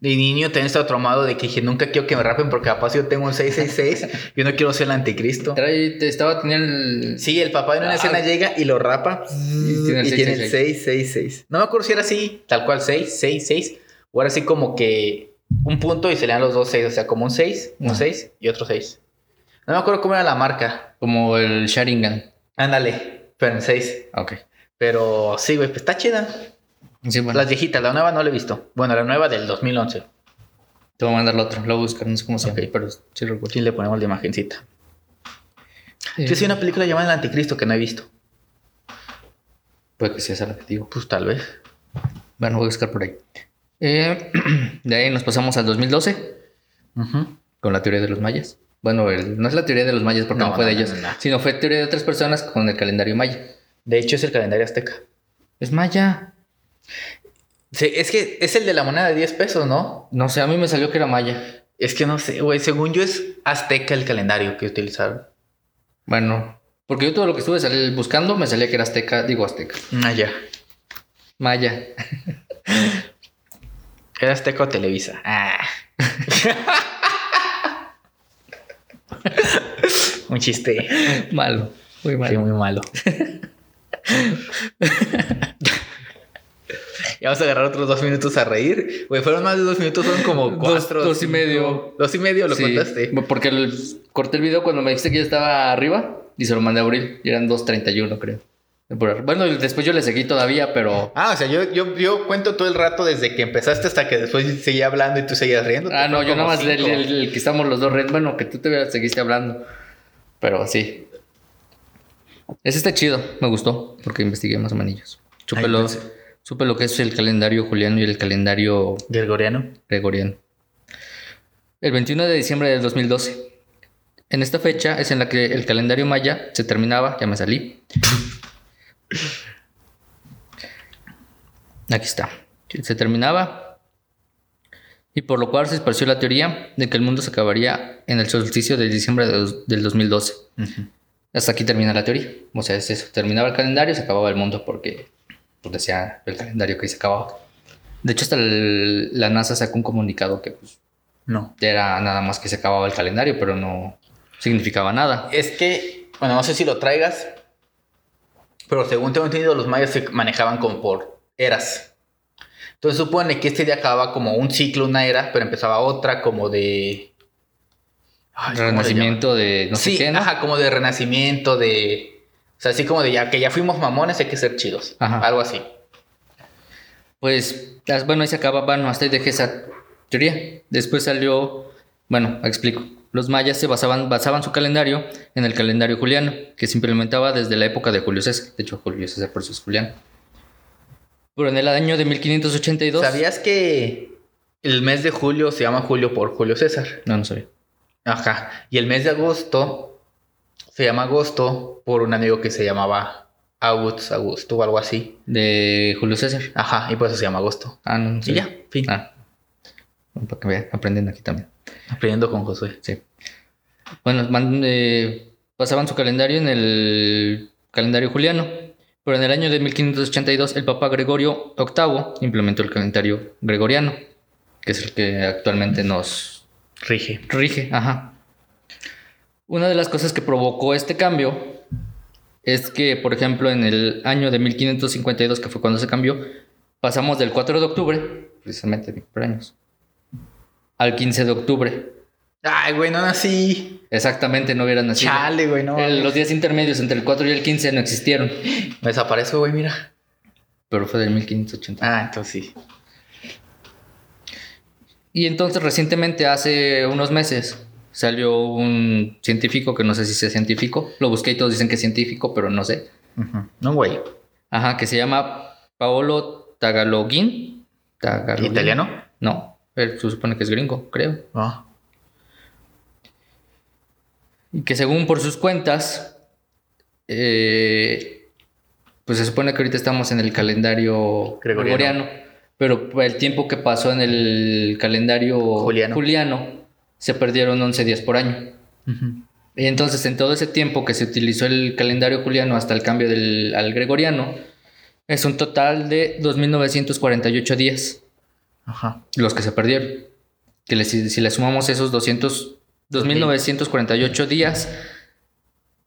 Speaker 2: De niño también estaba traumado de que dije, nunca quiero que me rapen porque capaz yo tengo un 666 y yo no quiero ser el anticristo.
Speaker 1: Trae, te estaba teniendo el...
Speaker 2: Sí, el papá en una
Speaker 1: Ah.
Speaker 2: escena llega y lo rapa y tiene el, 666. No me acuerdo si era así, tal cual 666, o era así como que un punto y se le dan los dos 6, o sea, como un 6, un
Speaker 1: Ah.
Speaker 2: 6 y otro 6. No me acuerdo cómo era la marca.
Speaker 1: Como el Sharingan.
Speaker 2: Ándale, pero en 6.
Speaker 1: Ok.
Speaker 2: Pero sí, güey, pues está chida.
Speaker 1: Sí, bueno.
Speaker 2: Las viejitas, la nueva no la he visto. Bueno, la nueva del 2011.
Speaker 1: Te voy a mandar la otra. La voy a buscar. No sé cómo se llama.
Speaker 2: Ok.
Speaker 1: Pero sí recuerdo.
Speaker 2: Sí, le ponemos la imagencita.
Speaker 1: Eh,
Speaker 2: Yo sí, una película llamada El Anticristo que no he visto.
Speaker 1: Puede que sea esa la que te digo.
Speaker 2: Pues tal vez.
Speaker 1: Bueno, voy a buscar por ahí. Eh, *clears throat* de ahí nos pasamos al 2012
Speaker 2: Ujú.
Speaker 1: con la teoría de los mayas. Bueno, el- no es la teoría de los mayas porque no,
Speaker 2: No,
Speaker 1: fue
Speaker 2: no,
Speaker 1: de
Speaker 2: no,
Speaker 1: ellos,
Speaker 2: no, no.
Speaker 1: sino fue teoría de otras personas con el calendario maya.
Speaker 2: De hecho, es el calendario azteca.
Speaker 1: Es maya.
Speaker 2: Sí, es que es el de la moneda de 10 pesos, ¿no?
Speaker 1: No sé, a mí me salió que era maya.
Speaker 2: Es que no sé, güey. Según yo, es azteca el calendario que utilizaron.
Speaker 1: Bueno, porque yo todo lo que estuve sal- buscando me salía que era azteca, digo azteca,
Speaker 2: Ah, ya.
Speaker 1: maya. *laughs*
Speaker 2: ¿Era azteca o televisa? Ah. *laughs* Un chiste.
Speaker 1: Malo, muy
Speaker 2: Sí,
Speaker 1: malo.
Speaker 2: muy malo. *laughs* ya vamos a agarrar otros dos minutos a reír. Güey, fueron más de dos minutos, son como
Speaker 1: Dos-
Speaker 2: cuatro.
Speaker 1: dos y
Speaker 2: cinco.
Speaker 1: medio.
Speaker 2: Dos y medio lo
Speaker 1: Sí,
Speaker 2: contaste.
Speaker 1: Porque el- corté el video cuando me dijiste que ya estaba arriba y se lo mandé a abrir. Y eran 2.31, creo. Por- Bueno, y después yo le seguí todavía, pero.
Speaker 2: Ah, o sea, yo, yo, yo cuento todo el rato desde que empezaste hasta que después seguía hablando y tú seguías riendo.
Speaker 1: Ah, no, yo nada más
Speaker 2: leí
Speaker 1: el, el- el que estamos los dos red. Bueno, que tú te seguiste hablando. Pero sí. Ese está chido, me gustó, porque investigué más manillos. Supe,
Speaker 2: Ay,
Speaker 1: lo,
Speaker 2: pues.
Speaker 1: supe lo que es el calendario juliano y el calendario
Speaker 2: Gregoriano.
Speaker 1: gregoriano. El 21 de diciembre del 2012. En esta fecha es en la que el calendario maya se terminaba, ya me salí. Aquí está. Se terminaba. Y por lo cual se esparció la teoría de que el mundo se acabaría en el solsticio de diciembre de dos- del 2012. Hasta aquí termina la teoría. O sea, es eso. Terminaba el calendario, se acababa el mundo porque pues, decía el calendario que se acababa. De hecho, hasta el- la NASA sacó un comunicado que pues,
Speaker 2: No.
Speaker 1: era nada más que se acababa el calendario, pero no significaba nada.
Speaker 2: Es que, bueno, no sé si lo traigas, pero según tengo entendido, los mayas se manejaban como por eras. Entonces supone que este día acababa como un ciclo, una era, pero empezaba otra como de... Ay, ¿cómo le llaman?
Speaker 1: Renacimiento de no
Speaker 2: sí,
Speaker 1: sé qué, ¿no?
Speaker 2: ajá, como de renacimiento, de... O sea, así como de ya que ya fuimos mamones, hay que ser chidos.
Speaker 1: Ajá.
Speaker 2: Algo así.
Speaker 1: Pues, las- bueno, ahí se acaba, bueno, hasta ahí dejé esa teoría. Después salió, bueno, explico. Los mayas se basaban, basaban su calendario en el calendario juliano, que se implementaba desde la época de Julio César. De hecho, Julio César por eso es juliano. Pero en el año de 1582...
Speaker 2: ¿Sabías que el mes de julio se llama julio por Julio César?
Speaker 1: No, no sabía.
Speaker 2: Ajá. Y el mes de agosto se llama agosto por un amigo que se llamaba August Augusto o algo así.
Speaker 1: De Julio César.
Speaker 2: Ajá, y por eso se llama agosto.
Speaker 1: Ah, no, no
Speaker 2: Y
Speaker 1: sabía.
Speaker 2: ya, fin.
Speaker 1: Ah. Bueno, Para que vean, aprenden aquí también.
Speaker 2: Aprendiendo con Josué.
Speaker 1: Sí. Bueno, man- eh, pasaban su calendario en el calendario juliano, pero en el año de 1582 el Papa Gregorio VIII implementó el calendario gregoriano, que es el que actualmente nos
Speaker 2: Rige.
Speaker 1: rige. Ajá. Una de las cosas que provocó este cambio es que, por ejemplo, en el año de 1552, que fue cuando se cambió, pasamos del 4 de octubre, precisamente mi cumpleaños, al 15 de octubre.
Speaker 2: Ay, güey, no nací.
Speaker 1: Exactamente, no hubieran nacido.
Speaker 2: Chale, güey, no.
Speaker 1: El- los días intermedios entre el 4 y el 15 no existieron,
Speaker 2: Me desaparezco, güey, mira.
Speaker 1: pero fue del 1580.
Speaker 2: Ah, entonces sí.
Speaker 1: Y entonces recientemente, hace unos meses, salió un científico, que no sé si sea científico, lo busqué y todos dicen que es científico, pero no sé.
Speaker 2: Ujú. No, güey.
Speaker 1: Ajá, que se llama Paolo Tagalogin. Tagalogin.
Speaker 2: ¿Italiano?
Speaker 1: No, él se supone que es gringo, creo.
Speaker 2: Ah.
Speaker 1: Y que según por sus cuentas, eh, pues se supone que ahorita estamos en el calendario
Speaker 2: Gregoriano.
Speaker 1: gregoriano, pero el tiempo que pasó en el calendario
Speaker 2: Juliano.
Speaker 1: juliano, se perdieron 11 días por año.
Speaker 2: Ujú.
Speaker 1: Y entonces en todo ese tiempo que se utilizó el calendario juliano hasta el cambio del, al gregoriano, es un total de 2.948 días
Speaker 2: Ajá.
Speaker 1: los que se perdieron. Que le- si, si le sumamos esos 200, 2.948 días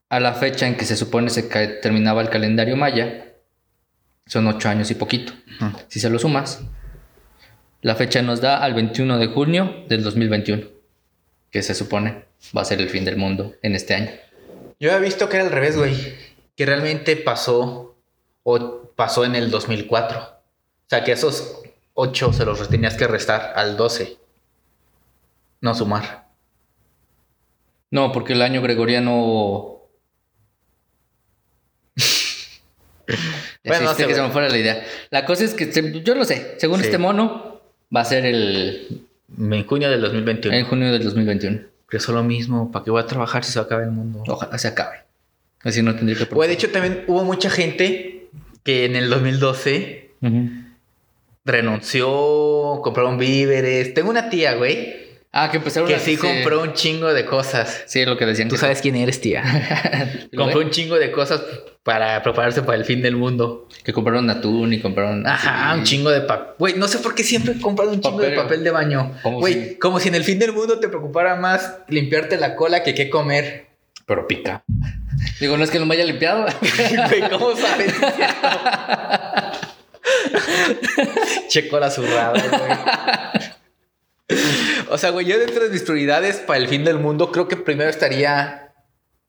Speaker 1: a la fecha en que se supone se ca- terminaba el calendario maya, son 8 años y poquito.
Speaker 2: Ujú.
Speaker 1: Si se lo sumas, la fecha nos da al 21 de junio del 2021, que se supone va a ser el fin del mundo en este año.
Speaker 2: Yo he visto que era al revés, güey. Que realmente pasó o pasó en el 2004. O sea, que esos 8 se los tenías que restar al 12. No sumar.
Speaker 1: No, porque el año gregoriano.
Speaker 2: *laughs* Bueno, no
Speaker 1: Existe
Speaker 2: sé,
Speaker 1: que se
Speaker 2: güey.
Speaker 1: me fuera la idea. La cosa es que se- yo lo sé. Según
Speaker 2: Sí.
Speaker 1: este mono, va a ser el
Speaker 2: En junio del 2021.
Speaker 1: en junio del 2021.
Speaker 2: Que es lo mismo. ¿Para qué voy a trabajar si se acaba el mundo?
Speaker 1: Ojalá se acabe. Así no tendría que.
Speaker 2: Güey, de hecho, también hubo mucha gente que en el 2012
Speaker 1: Ujú.
Speaker 2: renunció, compraron víveres. Tengo una tía, güey,
Speaker 1: Ah, que empezaron
Speaker 2: que
Speaker 1: a-
Speaker 2: sí compró un chingo de cosas.
Speaker 1: Sí, lo que decían.
Speaker 2: Tú
Speaker 1: que-
Speaker 2: sabes quién eres, tía.
Speaker 1: *laughs* Lo
Speaker 2: *laughs* Compró
Speaker 1: ve-
Speaker 2: un chingo de cosas para prepararse para el fin del mundo.
Speaker 1: Que compraron atún y compraron.
Speaker 2: Ajá,
Speaker 1: sí.
Speaker 2: un chingo de papel. Güey, no sé por qué siempre compran un chingo de
Speaker 1: Papel.
Speaker 2: papel de baño.
Speaker 1: Como
Speaker 2: Güey,
Speaker 1: si-
Speaker 2: como si en el fin del mundo te preocupara más limpiarte la cola que qué comer.
Speaker 1: Pero pica. Digo, no es que no me haya limpiado. *laughs*
Speaker 2: Güey, ¿cómo sabes? che cola zurrada, güey. O sea, güey, yo dentro de mis prioridades para el fin del mundo creo que primero estaría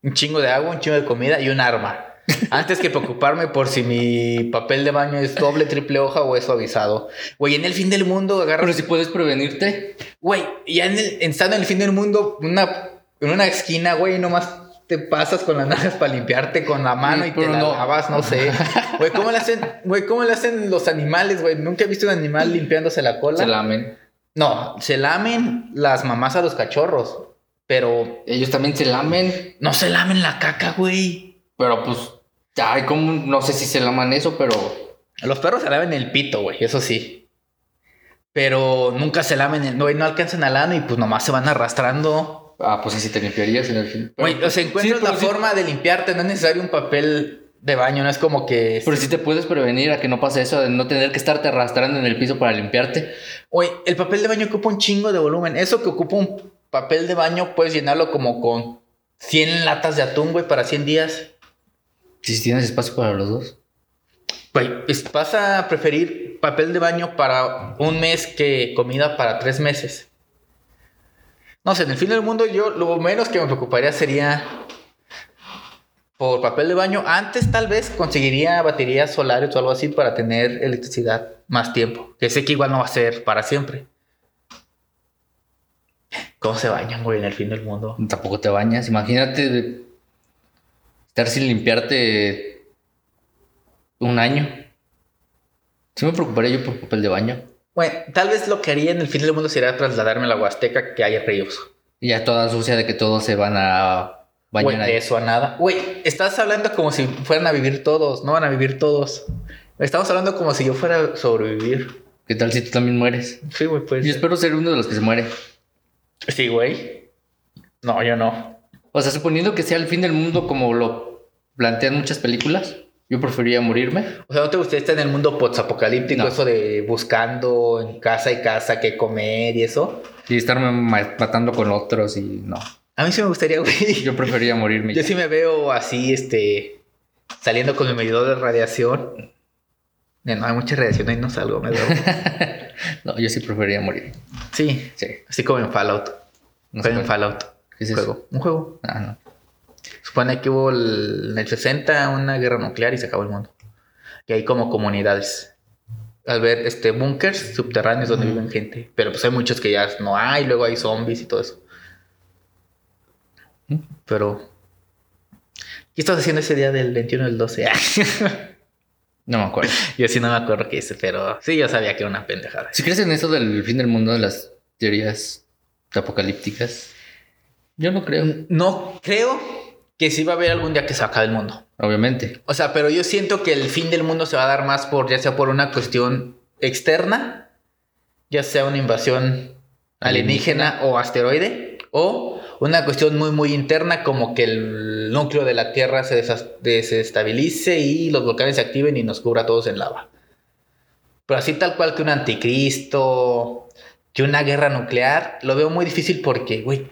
Speaker 2: un chingo de agua, un chingo de comida y un arma. Antes que preocuparme por si mi papel de baño es doble, triple hoja o es suavizado. Güey, en el fin del mundo agarro
Speaker 1: Pero si puedes prevenirte.
Speaker 2: Güey, ya en el, en- estando en el fin del mundo, una, en una esquina, güey, nomás te pasas con las *laughs* nalgas para limpiarte con la mano
Speaker 1: Sí,
Speaker 2: y te
Speaker 1: pero
Speaker 2: la
Speaker 1: no.
Speaker 2: lavas, no
Speaker 1: *laughs*
Speaker 2: sé. Güey, ¿cómo le hacen, güey, cómo le hacen los animales, güey? Nunca he visto un animal limpiándose la cola.
Speaker 1: Se lamen.
Speaker 2: No, se lamen las mamás a los cachorros, pero
Speaker 1: Ellos también se lamen.
Speaker 2: no se lamen la caca, güey.
Speaker 1: Pero pues. Ay, como. No sé si se laman eso, pero.
Speaker 2: Los perros se laven el pito, güey, eso sí. Pero nunca se lamen el, güey, no alcanzan al ano y pues nomás se van arrastrando.
Speaker 1: Ah, pues así te limpiarías en el fin. Pero-
Speaker 2: Güey, o sea, encuentras
Speaker 1: Sí, pero
Speaker 2: la
Speaker 1: sí-
Speaker 2: forma de limpiarte, no es necesario un papel de baño, no es como que...
Speaker 1: Pero si te puedes prevenir a que no pase eso de no tener que estarte arrastrando en el piso para limpiarte.
Speaker 2: Güey, el papel de baño ocupa un chingo de volumen. Eso que ocupa un papel de baño, puedes llenarlo como con 100 latas de atún, güey, para 100 días.
Speaker 1: Si tienes espacio para los dos.
Speaker 2: Güey, es- vas a preferir papel de baño para un mes que comida para tres meses. No sé, en el fin del mundo yo lo menos que me preocuparía sería por papel de baño. Antes tal vez conseguiría baterías solares o algo así para tener electricidad más tiempo. Que sé que igual no va a ser para siempre. ¿Cómo se bañan, güey, en el fin del mundo?
Speaker 1: Tampoco te bañas. Imagínate de- estar sin limpiarte un año. Sí me preocuparía yo por papel de baño.
Speaker 2: Bueno, tal vez lo que haría en el fin del mundo sería trasladarme a la Huasteca que hay ríos.
Speaker 1: Y ya toda sucia de que todos se van a bañar
Speaker 2: Güey,
Speaker 1: ahí.
Speaker 2: de eso a nada. Güey, estás hablando como si fueran a vivir todos. No van a vivir todos. Estamos hablando como si yo fuera a sobrevivir.
Speaker 1: ¿Qué tal si tú también mueres?
Speaker 2: Sí, güey, pues.
Speaker 1: Yo espero ser uno de los que se muere.
Speaker 2: Sí, güey. No, yo no.
Speaker 1: O sea, suponiendo que sea el fin del mundo como lo plantean muchas películas, yo preferiría morirme.
Speaker 2: O sea, ¿no te gustaría estar en el mundo postapocalíptico?
Speaker 1: No.
Speaker 2: Eso de buscando en casa y casa qué comer y eso.
Speaker 1: Y estarme ma- matando con otros y no.
Speaker 2: A mí sí me gustaría, güey.
Speaker 1: Yo preferiría morirme.
Speaker 2: Yo sí me veo así, este. Saliendo con mi medidor de radiación. Eh, No, hay mucha radiación, ahí no salgo, me
Speaker 1: *laughs*
Speaker 2: veo.
Speaker 1: No, yo sí preferiría morir.
Speaker 2: Sí,
Speaker 1: Sí.
Speaker 2: así como en Fallout.
Speaker 1: No
Speaker 2: Juega
Speaker 1: sé cuál.
Speaker 2: en Fallout.
Speaker 1: ¿Qué es
Speaker 2: Un
Speaker 1: eso?
Speaker 2: juego. Un juego.
Speaker 1: Ah, no.
Speaker 2: Supone que hubo el- en el 60 una guerra nuclear y se acabó el mundo. Y hay como comunidades. Al ver, este, búnkers subterráneos donde
Speaker 1: Ujú.
Speaker 2: viven gente. Pero pues hay muchos que ya no hay, luego hay zombies y todo eso.
Speaker 1: Mm.
Speaker 2: Pero... ¿Qué estás haciendo ese día del 21 del 12?
Speaker 1: No me acuerdo.
Speaker 2: *laughs* yo sí no me acuerdo qué hice, pero sí, yo sabía que era una pendejada.
Speaker 1: Si crees en eso del fin del mundo, de las teorías apocalípticas, yo no creo,
Speaker 2: No creo que sí va a haber algún día que se acabe el mundo.
Speaker 1: obviamente.
Speaker 2: O sea, pero yo siento que el fin del mundo se va a dar más por, ya sea por una cuestión externa, ya sea una invasión alienígena o asteroide, o una cuestión muy, muy interna, como que el núcleo de la Tierra se desas- desestabilice y los volcanes se activen y nos cubra a todos en lava. Pero así tal cual que un anticristo, que una guerra nuclear, lo veo muy difícil porque, güey,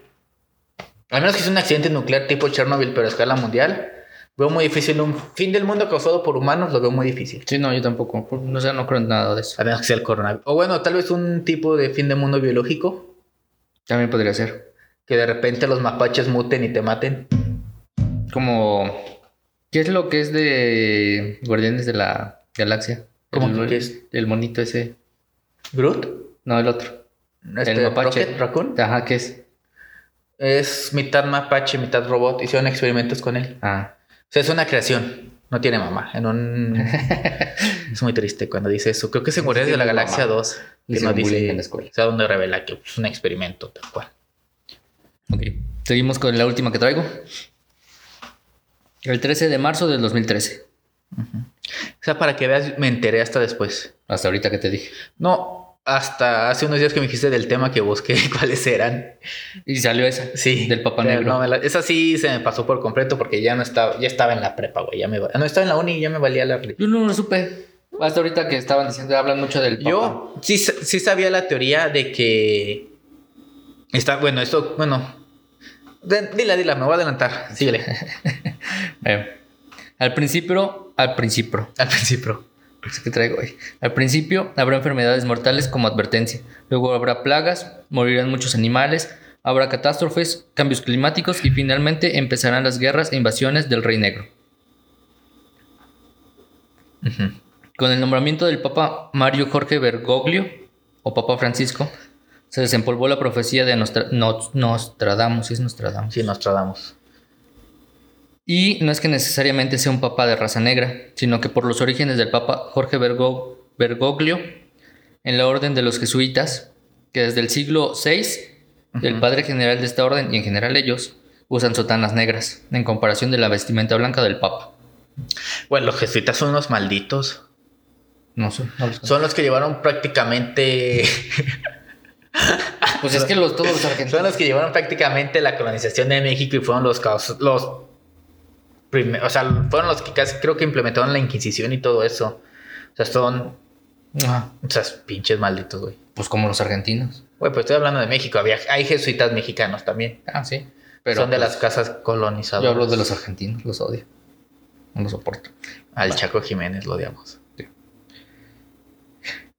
Speaker 2: al menos que sea un accidente nuclear tipo Chernobyl, pero a escala mundial, Veo muy difícil un fin del mundo causado por humanos, lo veo muy difícil.
Speaker 1: Sí, no, yo tampoco. Por- O sea, no creo en nada de eso.
Speaker 2: A menos que sea el coronavirus. O bueno, tal vez un tipo de fin del mundo biológico.
Speaker 1: También podría ser.
Speaker 2: Que de repente los mapaches muten y te maten.
Speaker 1: Como. ¿Qué es lo que es de Guardianes de la Galaxia?
Speaker 2: ¿Cómo
Speaker 1: el,
Speaker 2: que qué es?
Speaker 1: El monito ese.
Speaker 2: ¿Groot?
Speaker 1: No, el otro.
Speaker 2: Este,
Speaker 1: el mapache.
Speaker 2: Rocket Raccoon.
Speaker 1: Ajá, ¿qué es?
Speaker 2: Es mitad mapache, mitad robot. Hicieron experimentos con él.
Speaker 1: Ah.
Speaker 2: O sea, es una creación. No tiene mamá.
Speaker 1: *laughs*
Speaker 2: En un... es muy triste cuando dice eso. Creo que es en
Speaker 1: No
Speaker 2: Guardianes de la
Speaker 1: tiene
Speaker 2: Galaxia
Speaker 1: mamá. Le
Speaker 2: 2. Que no
Speaker 1: hicieron bullying
Speaker 2: dice...
Speaker 1: en la escuela.
Speaker 2: O sea, donde revela que es un experimento tal cual.
Speaker 1: Ok. Seguimos con la última que traigo. El 13 de marzo del 2013.
Speaker 2: O sea, para que veas, me enteré hasta después.
Speaker 1: Hasta ahorita que te dije.
Speaker 2: No, hasta hace unos días que me dijiste del tema que busqué *laughs* cuáles eran.
Speaker 1: Y salió esa.
Speaker 2: Sí.
Speaker 1: Del Papa
Speaker 2: Pero
Speaker 1: Negro.
Speaker 2: no me la- esa sí se me pasó por completo porque ya no estaba, ya estaba en la prepa, güey. Ya me va- no estaba en la uni y ya me valía la religión.
Speaker 1: Yo no lo supe. Hasta ahorita que estaban diciendo, hablan mucho del Papa.
Speaker 2: Yo sí, sa- sí sabía la teoría de que está bueno, esto, bueno. de- Dila, dila, me voy a adelantar. *laughs* Síguele.
Speaker 1: Eh, al principio, al principio,
Speaker 2: Al principio.
Speaker 1: es que Pues, traigo hoy. Al principio habrá enfermedades mortales como advertencia. Luego habrá plagas, morirán muchos animales, habrá catástrofes, cambios climáticos y finalmente empezarán las guerras e invasiones del Rey Negro.
Speaker 2: Ujú.
Speaker 1: Con el nombramiento del Papa Mario Jorge Bergoglio, o Papa Francisco, se desempolvó la profecía de Nostra- No- Nostradamus, sí es Nostradamus.
Speaker 2: Sí, nos tratamos.
Speaker 1: Y no es que necesariamente sea un papa de raza negra, sino que por los orígenes del papa Jorge Bergo- Bergoglio, en la orden de los jesuitas, que desde el siglo VI, el padre general de esta orden y en general ellos, usan sotanas negras, en comparación de la vestimenta blanca del papa.
Speaker 2: Bueno, los jesuitas son unos malditos.
Speaker 1: No sé, no los
Speaker 2: Son los que llevaron prácticamente. *laughs*
Speaker 1: Pues es que los, todos los
Speaker 2: Son
Speaker 1: argentinos...
Speaker 2: los que llevaron prácticamente la colonización de México y fueron los caus- los prime- o sea, fueron los que casi creo que implementaron la Inquisición y todo eso. O sea, son
Speaker 1: Ah,
Speaker 2: esas pinches malditos, güey.
Speaker 1: pues como los argentinos.
Speaker 2: Güey, pues estoy hablando de México, había hay jesuitas mexicanos también.
Speaker 1: Ah, sí. Pero
Speaker 2: son de
Speaker 1: pues,
Speaker 2: las casas colonizadoras.
Speaker 1: Yo hablo de los argentinos, los odio. No los soporto.
Speaker 2: al Chaco Jiménez lo odiamos.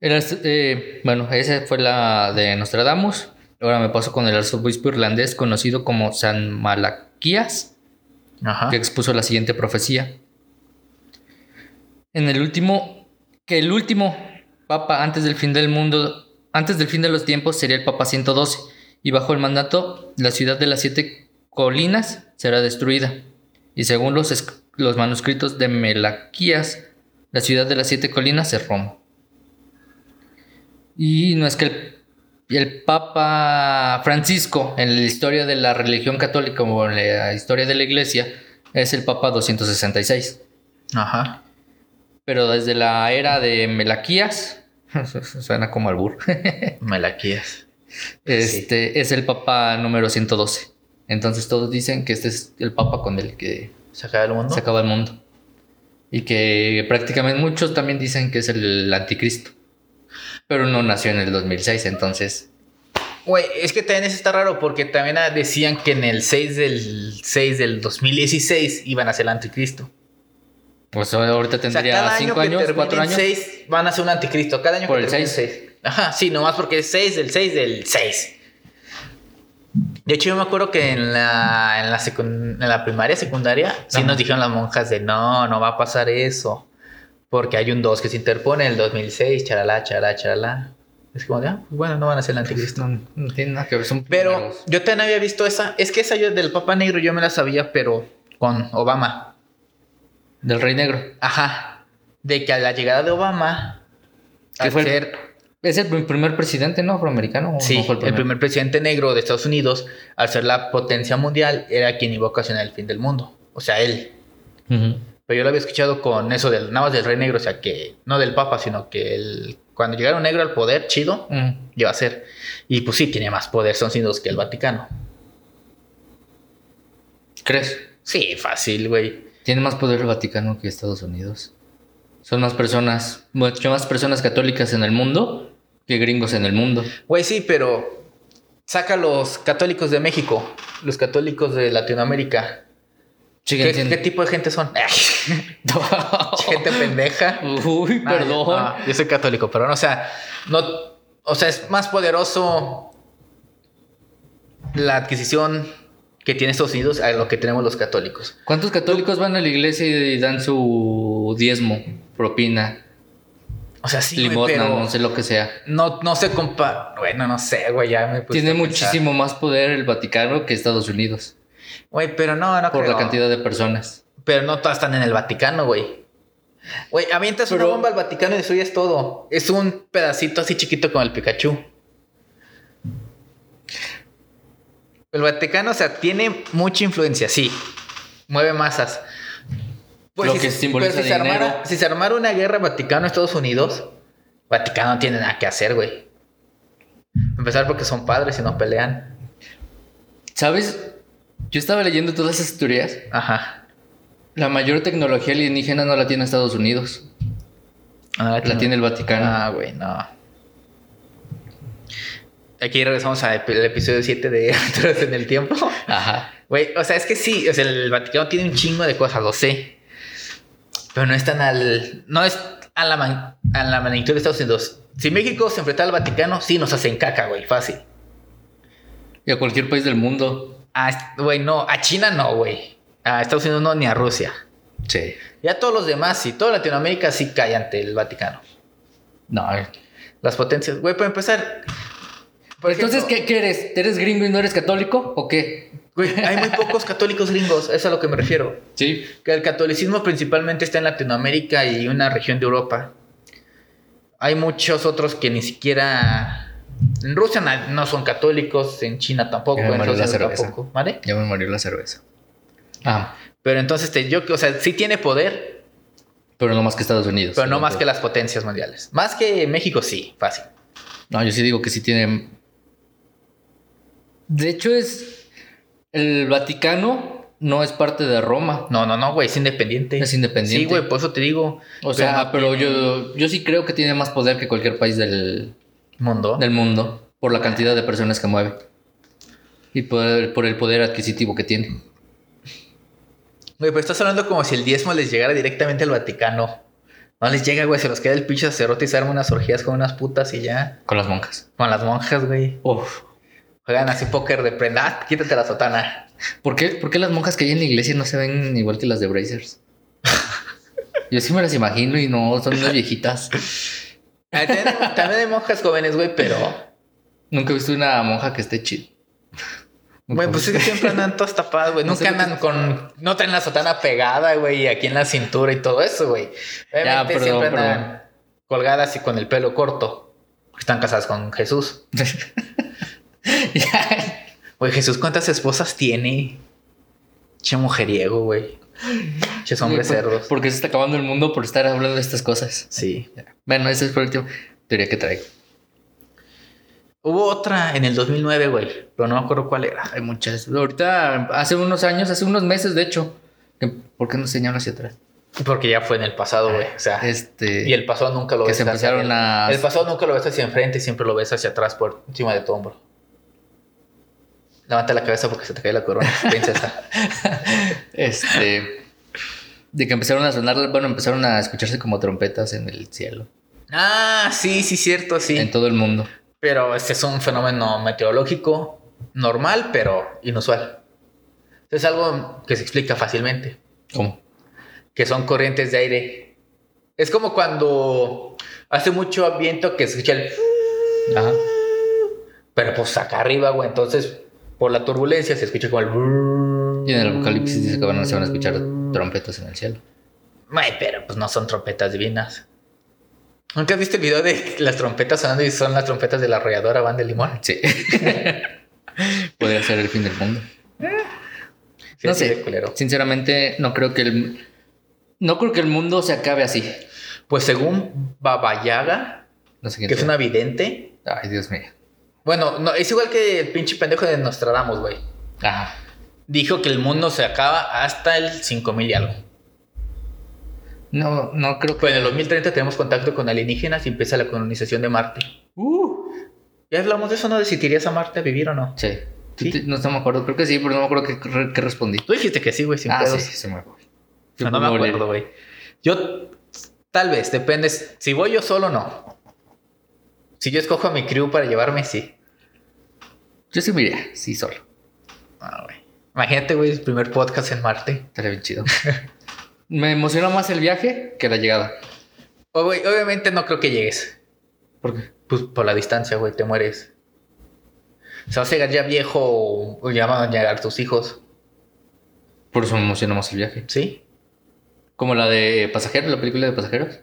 Speaker 1: El arz- eh, bueno, esa fue la de Nostradamus. Ahora me paso con el arzobispo irlandés conocido como San Malaquías,
Speaker 2: Ajá.
Speaker 1: que expuso la siguiente profecía. En el último, que el último papa antes del fin del mundo, antes del fin de los tiempos, sería el papa 112. Y bajo el mandato, la ciudad de las siete colinas será destruida. Y según los, esc- los manuscritos de Melaquías, la ciudad de las siete colinas es Roma. Y no es que el, el Papa Francisco, en la historia de la religión católica o en la historia de la iglesia, es el Papa 266.
Speaker 2: Ajá.
Speaker 1: Pero desde la era de Melaquías, *laughs* suena como albur, *laughs*
Speaker 2: Melaquías.
Speaker 1: este es el Papa número 112. Entonces todos dicen que este es el Papa con el que
Speaker 2: Se acaba el mundo.
Speaker 1: se acaba el mundo. Y que prácticamente muchos también dicen que es el anticristo. Pero no nació en el 2006, entonces...
Speaker 2: Güey, es que también eso está raro porque también ah, decían que en el 6 del 6 del 2016 iban a ser el anticristo.
Speaker 1: Pues ahorita
Speaker 2: O sea,
Speaker 1: tendría 5
Speaker 2: que
Speaker 1: años,
Speaker 2: termine
Speaker 1: 4
Speaker 2: en
Speaker 1: años.
Speaker 2: seis, van a ser un anticristo. Cada año
Speaker 1: Por
Speaker 2: que
Speaker 1: el
Speaker 2: termine en
Speaker 1: seis.
Speaker 2: seis. Ajá, sí, nomás porque es 6 del 6 del 6. De hecho, yo me acuerdo que en la, en la, secun- en la primaria, secundaria, sí
Speaker 1: Ajá.
Speaker 2: nos dijeron las monjas de no, no va a pasar eso. Porque hay un 2 que se interpone en el 2006, charalá, charalá, charalá. Es como de, ah, pues bueno, no van a ser el anticristo.
Speaker 1: No, no tiene nada que ver, son
Speaker 2: Pero
Speaker 1: primeros.
Speaker 2: yo también había visto esa. Es que esa yo del Papa Negro yo me la sabía, pero con Obama.
Speaker 1: del Rey Negro.
Speaker 2: Ajá. De que a la llegada de Obama,
Speaker 1: Que
Speaker 2: al
Speaker 1: fue el-
Speaker 2: ser
Speaker 1: ¿Es el pr- primer presidente no afroamericano? o
Speaker 2: sí,
Speaker 1: no fue
Speaker 2: el, primer presidente negro de Estados Unidos, al ser la potencia mundial, era quien iba a ocasionar el fin del mundo. O sea, él.
Speaker 1: Ujú.
Speaker 2: Pero yo lo había escuchado con eso del nada más del rey negro, o sea, que no del papa, sino que él, cuando llegara un negro al poder, chido,
Speaker 1: Mm.
Speaker 2: iba a ser. Y pues sí, tiene más poder Estados Unidos que el Vaticano.
Speaker 1: ¿Crees?
Speaker 2: Sí, fácil, güey.
Speaker 1: Tiene más poder el Vaticano que Estados Unidos. Son más personas, mucho más personas católicas en el mundo que gringos en el mundo.
Speaker 2: Güey, sí, pero saca los católicos de México, los católicos de Latinoamérica.
Speaker 1: Siguen
Speaker 2: ¿Qué,
Speaker 1: siendo-
Speaker 2: qué tipo de gente son? gente pendeja.
Speaker 1: *laughs* Uy,
Speaker 2: Ah,
Speaker 1: *laughs* perdón.
Speaker 2: yo- no, yo soy católico, pero no, o sea, no, o sea, es más poderoso la adquisición que tiene Estados Unidos a lo que tenemos los católicos.
Speaker 1: ¿Cuántos católicos van a la iglesia y dan su diezmo, propina,
Speaker 2: O sea, sí, güey,
Speaker 1: limosna,
Speaker 2: pero
Speaker 1: no sé lo que sea?
Speaker 2: no, no se compara. Bueno, no sé, güey, ya me puse
Speaker 1: Tiene
Speaker 2: a pensar.
Speaker 1: muchísimo más poder el Vaticano que Estados Unidos
Speaker 2: Güey, pero no, no
Speaker 1: por
Speaker 2: creo.
Speaker 1: la cantidad de personas.
Speaker 2: Pero no todas están en el Vaticano, güey. Güey, avientas
Speaker 1: Pero-
Speaker 2: una bomba al Vaticano y destruyes todo. Es un pedacito así chiquito como el Pikachu. El Vaticano, o sea, tiene mucha influencia, sí. Mueve masas.
Speaker 1: Lo que simboliza
Speaker 2: pero si se,
Speaker 1: dinero.
Speaker 2: armara, si se armara una guerra Vaticano-Estados Unidos, Vaticano no tiene nada que hacer, güey. Empezar porque son padres y no pelean.
Speaker 1: ¿Sabes? Yo estaba leyendo todas esas teorías.
Speaker 2: Ajá.
Speaker 1: La mayor tecnología alienígena no la tiene Estados Unidos,
Speaker 2: Ah,
Speaker 1: la tiene el Vaticano.
Speaker 2: Ah, güey, no. Aquí regresamos al ep- el episodio 7 de *laughs* Atrás en el Tiempo.
Speaker 1: Ajá.
Speaker 2: Güey, o sea, es que sí, o sea, el Vaticano tiene un chingo de cosas, lo sé. Pero no es tan al. No es a la, man- a la magnitud de Estados Unidos. Si México se enfrenta al Vaticano, sí nos hacen caca, güey, fácil.
Speaker 1: Y a cualquier país del mundo.
Speaker 2: A est- Güey, no, a China no, güey. A Estados Unidos no, ni a Rusia.
Speaker 1: Sí.
Speaker 2: Ya todos los demás, sí, toda Latinoamérica sí cae ante el Vaticano.
Speaker 1: No. eh.
Speaker 2: Las potencias. Güey, para empezar. por
Speaker 1: Entonces,
Speaker 2: ejemplo-
Speaker 1: ¿qué, qué eres? ¿Eres gringo y no eres católico o qué?
Speaker 2: Güey, hay muy pocos católicos gringos, es a lo que me refiero.
Speaker 1: Sí.
Speaker 2: Que el catolicismo principalmente está en Latinoamérica y una región de Europa. Hay muchos otros que ni siquiera. En Rusia na- no son católicos, en China tampoco,
Speaker 1: Ya me
Speaker 2: en
Speaker 1: molió la
Speaker 2: Estados Unidos
Speaker 1: cerveza.
Speaker 2: tampoco, ¿vale?
Speaker 1: Ya me murió la cerveza. Ah,
Speaker 2: Pero entonces, te, yo, o sea, sí tiene poder,
Speaker 1: pero no más que Estados Unidos.
Speaker 2: pero no más que las potencias mundiales. Más que México, sí, fácil.
Speaker 1: No, yo sí digo que sí tiene. De hecho, es. El Vaticano no es parte de Roma.
Speaker 2: No, no, no, güey, es independiente.
Speaker 1: Es independiente.
Speaker 2: Sí, güey, por eso te digo.
Speaker 1: O sea, mm.
Speaker 2: no
Speaker 1: pero,
Speaker 2: tiene-
Speaker 1: yo, yo sí creo que tiene más poder que cualquier país del,
Speaker 2: Mundo.
Speaker 1: del mundo por la cantidad de personas que mueve y por el, por el poder adquisitivo que tiene.
Speaker 2: Güey, pero estás hablando como si el diezmo les llegara directamente al Vaticano. No les llega, güey, se los queda el pinche sacerdote y se arma unas orgías con unas putas y ya.
Speaker 1: Con las monjas.
Speaker 2: Con las monjas, güey.
Speaker 1: Uf.
Speaker 2: Juegan así póker de prenda. Ah, quítate la sotana.
Speaker 1: ¿Por qué, por qué las monjas que hay en la iglesia no se ven igual que las de *laughs* Brazers? Yo sí me las imagino y no, son unas viejitas.
Speaker 2: Ah, También, hay- *laughs* también hay monjas jóvenes, güey, pero.
Speaker 1: Nunca he visto una monja que esté chida.
Speaker 2: Güey, pues es que siempre andan todas tapadas, güey.
Speaker 1: No
Speaker 2: Nunca
Speaker 1: sé lo que
Speaker 2: andan con. No traen la sotana pegada, güey, y aquí en la cintura y todo eso, güey. Obviamente
Speaker 1: perdón,
Speaker 2: siempre
Speaker 1: perdón.
Speaker 2: andan colgadas y con el pelo corto. Están casadas con Jesús.
Speaker 1: *laughs* Ya.
Speaker 2: Güey, Jesús, ¿cuántas esposas tiene? Che mujeriego, güey. Che hombres
Speaker 1: pues.
Speaker 2: cerdos.
Speaker 1: Porque se está acabando el mundo por estar hablando de estas cosas.
Speaker 2: Sí.
Speaker 1: Bueno, esa es la última teoría que traigo.
Speaker 2: Hubo otra en el 2009, güey, pero no me acuerdo cuál era.
Speaker 1: Hay muchas. Ahorita, hace unos años, hace unos meses, de hecho. que- ¿Por qué no señalo hacia atrás?
Speaker 2: Porque ya fue en el pasado, güey. O sea,
Speaker 1: Este.
Speaker 2: Ah, y el pasado nunca lo
Speaker 1: que
Speaker 2: ves
Speaker 1: se empezaron
Speaker 2: hacia
Speaker 1: a.
Speaker 2: El pasado nunca lo ves hacia enfrente, siempre lo ves hacia atrás, por encima de tu hombro. Levanta la cabeza porque se te cae la corona, *laughs* princesa.
Speaker 1: Este. De que empezaron a sonar, bueno, empezaron a escucharse como trompetas en el cielo,
Speaker 2: ah, sí, sí, cierto, sí.
Speaker 1: en todo el mundo.
Speaker 2: Pero este es un fenómeno meteorológico normal, pero inusual. Es algo que se explica fácilmente,
Speaker 1: ¿Cómo?
Speaker 2: que son corrientes de aire. Es como cuando hace mucho viento que se escucha el...
Speaker 1: Ajá.
Speaker 2: Pero pues acá arriba, güey, entonces por la turbulencia se escucha como el...
Speaker 1: Y en el apocalipsis dice que van a, se van a escuchar trompetas en el cielo.
Speaker 2: Ay, pero pues no son trompetas divinas. ¿Nunca has visto el video de las trompetas sonando y son las trompetas de la arrolladora Van de Limón?
Speaker 1: Sí. *laughs* Podría ser el fin del mundo.
Speaker 2: Sí,
Speaker 1: No
Speaker 2: así
Speaker 1: sé.
Speaker 2: de culero.
Speaker 1: Sinceramente, no creo que el. No creo que el mundo se acabe así.
Speaker 2: Pues según Baba Yaga,
Speaker 1: No sé quién
Speaker 2: que es
Speaker 1: sea.
Speaker 2: una vidente,
Speaker 1: Ay, Dios mío.
Speaker 2: Bueno, no, es igual que el pinche pendejo de Nostradamus, güey.
Speaker 1: Ajá.
Speaker 2: Dijo que el mundo se acaba hasta el 5000 y algo.
Speaker 1: No, no creo que.
Speaker 2: Pues en el 2030 tenemos contacto con alienígenas y empieza la colonización de Marte. Uh. Ya hablamos de eso, ¿no? De si te irías a Marte a vivir o no.
Speaker 1: Sí. Tú
Speaker 2: ¿Sí?
Speaker 1: te- No, no me acuerdo, creo que sí, pero no me acuerdo qué, re- qué respondí.
Speaker 2: Tú dijiste que sí, güey, sin
Speaker 1: ah,
Speaker 2: pedos. Ah,
Speaker 1: sí, se me acuerdo.
Speaker 2: No, no me acuerdo, güey. Yo, tal vez, depende. Si voy yo solo, no. Si yo escojo a mi crew para llevarme, sí.
Speaker 1: Yo sí me iría, sí, solo.
Speaker 2: Ah, güey. Imagínate, güey, el primer podcast en Marte.
Speaker 1: Estaría bien
Speaker 2: *laughs*
Speaker 1: chido. me emociona más el viaje que la llegada.
Speaker 2: O, güey, obviamente no creo que llegues.
Speaker 1: ¿Por qué?
Speaker 2: Pues por la distancia, güey, te mueres. O sea, vas a llegar ya viejo o o ya van a llegar tus hijos.
Speaker 1: Por eso me emociona más el viaje.
Speaker 2: ¿Sí?
Speaker 1: Como la de Pasajeros, la película de Pasajeros.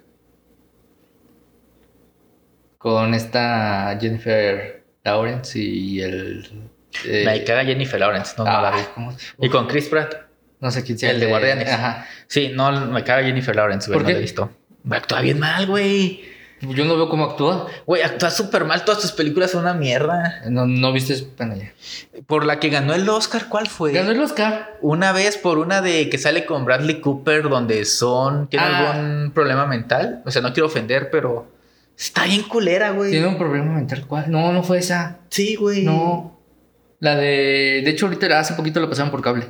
Speaker 1: Con esta Jennifer Lawrence y el. eh,
Speaker 2: Me caga Jennifer Lawrence, no, no la vi.
Speaker 1: ah, ¿cómo se-
Speaker 2: Y con Chris Pratt.
Speaker 1: No sé quién sea.
Speaker 2: el de Guardianes.
Speaker 1: Ajá.
Speaker 2: Sí, no, me caga Jennifer Lawrence, güey,
Speaker 1: ¿Por
Speaker 2: no
Speaker 1: qué?
Speaker 2: la he visto. Actúa bien mal, güey.
Speaker 1: Yo no veo cómo actúa.
Speaker 2: Güey, actúa súper mal, todas tus películas son una mierda.
Speaker 1: No, no viste. Bueno, ya.
Speaker 2: Por la que ganó el Oscar, ¿cuál fue?
Speaker 1: Ganó el Oscar.
Speaker 2: Una vez por una de que sale con Bradley Cooper, donde son. ¿Tiene
Speaker 1: Ah.
Speaker 2: algún problema mental? O sea, no quiero ofender, pero. Está bien culera, güey.
Speaker 1: Tiene un problema mental. ¿Cuál? No, no fue esa.
Speaker 2: Sí, güey.
Speaker 1: No. La de. De hecho, ahorita hace poquito lo pasaron por cable.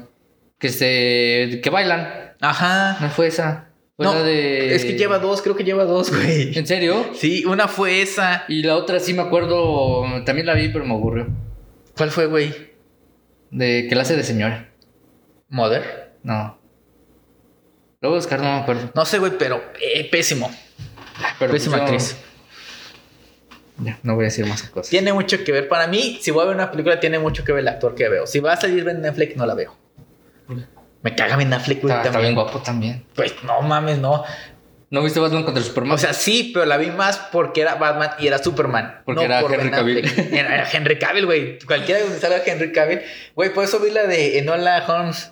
Speaker 1: Que se. que bailan.
Speaker 2: Ajá.
Speaker 1: No fue esa. Fue
Speaker 2: No,
Speaker 1: la de.
Speaker 2: Es que lleva dos, creo que lleva dos, güey.
Speaker 1: ¿En serio?
Speaker 2: Sí, una fue esa.
Speaker 1: Y la otra sí me acuerdo. También la vi, pero me aburrió.
Speaker 2: ¿Cuál fue, güey?
Speaker 1: De que la hace de señora.
Speaker 2: Mother.
Speaker 1: No. Lo voy a buscar, no me acuerdo.
Speaker 2: No sé, güey, pero eh, pésimo.
Speaker 1: Pero pues
Speaker 2: Pésima
Speaker 1: yo-
Speaker 2: actriz.
Speaker 1: Ya, no voy a decir más cosas.
Speaker 2: Tiene mucho que ver. Para mí, si voy a ver una película, tiene mucho que ver el actor que veo. Si va a salir Ben Affleck, no la veo.
Speaker 1: ¿Por qué?
Speaker 2: Me caga Ben Affleck, güey.
Speaker 1: Está, está bien
Speaker 2: también.
Speaker 1: guapo también.
Speaker 2: Pues no mames, no.
Speaker 1: ¿No viste Batman contra Superman?
Speaker 2: O sea, sí, pero la vi más porque era Batman y era Superman.
Speaker 1: Porque
Speaker 2: no
Speaker 1: era
Speaker 2: por
Speaker 1: Henry
Speaker 2: Ben Affleck.
Speaker 1: Cavill.
Speaker 2: *laughs* Era, era Henry Cavill, güey. Cualquiera que salga Henry Cavill. Güey, por eso vi la de Enola Holmes.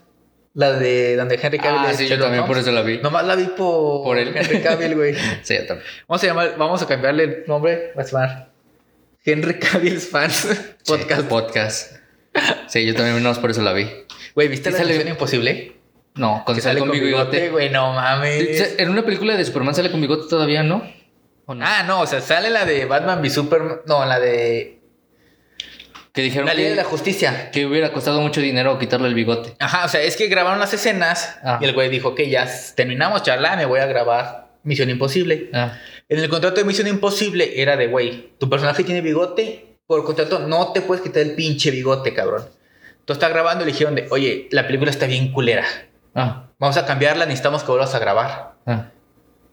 Speaker 2: La de donde Henry Cavill
Speaker 1: ah,
Speaker 2: es
Speaker 1: sí, yo
Speaker 2: Sherlock
Speaker 1: también por
Speaker 2: Holmes.
Speaker 1: eso la vi.
Speaker 2: Nomás la vi por,
Speaker 1: Por él.
Speaker 2: Henry Cavill, güey.
Speaker 1: *laughs* Sí, yo también.
Speaker 2: *laughs* Vamos a llamar, vamos a cambiarle el nombre. Va a llamar Henry Cavill's Fans *laughs*
Speaker 1: Sí,
Speaker 2: Podcast.
Speaker 1: podcast. Sí, yo también menos por eso la vi.
Speaker 2: Güey, ¿viste
Speaker 1: ¿Y
Speaker 2: la
Speaker 1: sale-
Speaker 2: Misión Imposible?
Speaker 1: No, con sale con bigote.
Speaker 2: güey, no mames.
Speaker 1: En una película de Superman sale con bigote todavía, ¿no? ¿O no?
Speaker 2: Ah, no, o sea, sale la de Batman v Superman, no, la de
Speaker 1: que dijeron
Speaker 2: la Liga de
Speaker 1: que,
Speaker 2: la Justicia.
Speaker 1: que hubiera costado mucho dinero quitarle el bigote.
Speaker 2: Ajá, o sea, es que grabaron las escenas
Speaker 1: Ah.
Speaker 2: y el güey dijo que ya terminamos charla, me voy a grabar Misión Imposible.
Speaker 1: Ah,
Speaker 2: En el contrato de Misión Imposible era de, güey, tu personaje tiene bigote, por contrato no te puedes quitar el pinche bigote, cabrón. Tú estás grabando y le dijeron de, oye, la película está bien culera,
Speaker 1: ah,
Speaker 2: vamos a cambiarla, necesitamos que vuelvas a grabar.
Speaker 1: ah.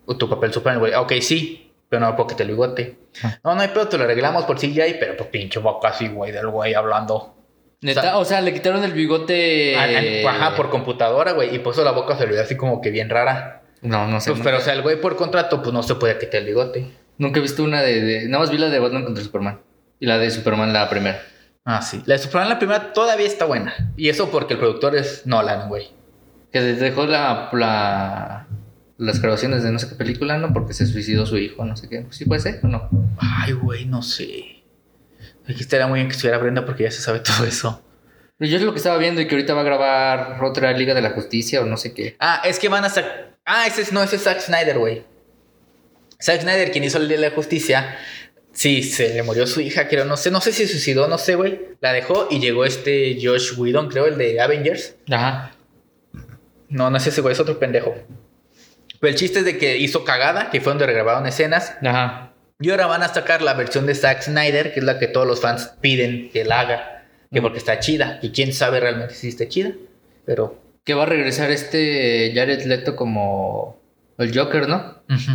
Speaker 2: o tu papel Superman, güey. Ah, Ok, sí, pero no porque te lo bigote.
Speaker 1: Ah.
Speaker 2: No, no hay pedo, te lo arreglamos por CGI, pero pues pinche boca así, güey, del güey hablando.
Speaker 1: Neta, o sea, le quitaron el bigote.
Speaker 2: Ah, ah, Ajá, por computadora, güey, y por eso la boca se le ve así como que bien rara.
Speaker 1: No, no sé.
Speaker 2: Pues,
Speaker 1: nunca,
Speaker 2: pero, o sea, el güey por contrato, pues no se puede quitar el bigote.
Speaker 1: nunca he visto una de, de- Nada más vi la de Batman contra Superman. Y la de Superman, la primera.
Speaker 2: Ah, sí. La de Superman, la primera, todavía está buena. Y eso porque el productor es Nolan, güey.
Speaker 1: Que les dejó la, la- las grabaciones de no sé qué película, ¿no? Porque se suicidó su hijo, no sé qué. Pues, ¿Sí puede ser o no?
Speaker 2: Ay, güey, no sé. Aquí estaría muy bien que estuviera Brenda porque ya se sabe todo eso.
Speaker 1: Pero yo es lo que estaba viendo y que ahorita va a grabar otra Liga de la Justicia o no sé qué.
Speaker 2: Ah, es que van a sacar. Ah, ese es, no, ese es Zack Snyder, güey. Zack Snyder, quien hizo el Día de la Justicia. Sí, se le murió su hija, creo, no sé, no sé si suicidó, no sé, güey. La dejó y llegó este Josh Whedon, creo, el de Avengers.
Speaker 1: Ajá.
Speaker 2: No, no es ese güey, es otro pendejo. Pero el chiste es de que hizo cagada, que fue donde regrabaron escenas.
Speaker 1: Ajá.
Speaker 2: Y ahora van a sacar la versión de Zack Snyder, que es la que todos los fans piden que la haga.
Speaker 1: Mm.
Speaker 2: Que porque está chida. Y quién sabe realmente si está chida. Pero.
Speaker 1: Que va a regresar este Jared Leto como el Joker, ¿no?
Speaker 2: ujú.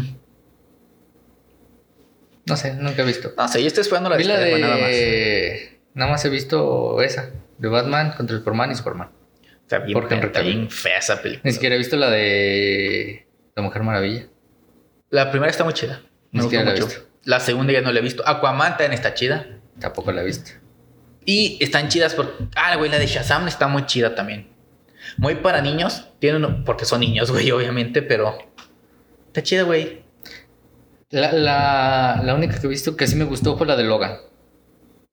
Speaker 1: No sé, nunca he visto.
Speaker 2: No sé, yo estoy esperando la
Speaker 1: vi la
Speaker 2: Spider-Man,
Speaker 1: de...
Speaker 2: nada más.
Speaker 1: Nada más he visto esa. De Batman contra Superman y Superman.
Speaker 2: Está bien,
Speaker 1: Porque en
Speaker 2: está
Speaker 1: recta-
Speaker 2: bien fea esa película.
Speaker 1: Ni siquiera he visto la de... La Mujer Maravilla.
Speaker 2: La primera está muy chida.
Speaker 1: Ni
Speaker 2: Me gustó
Speaker 1: siquiera la he
Speaker 2: mucho.
Speaker 1: visto.
Speaker 2: La segunda ya no la he visto. Aquaman también está chida.
Speaker 1: Tampoco la he visto.
Speaker 2: Y están chidas porque... Ah, güey, la de Shazam está muy chida también. Muy para niños. Tienen... un- Porque son niños, *laughs* güey, obviamente, pero... Está chida, güey.
Speaker 1: La, la, la única que he visto que sí me gustó fue la de Logan.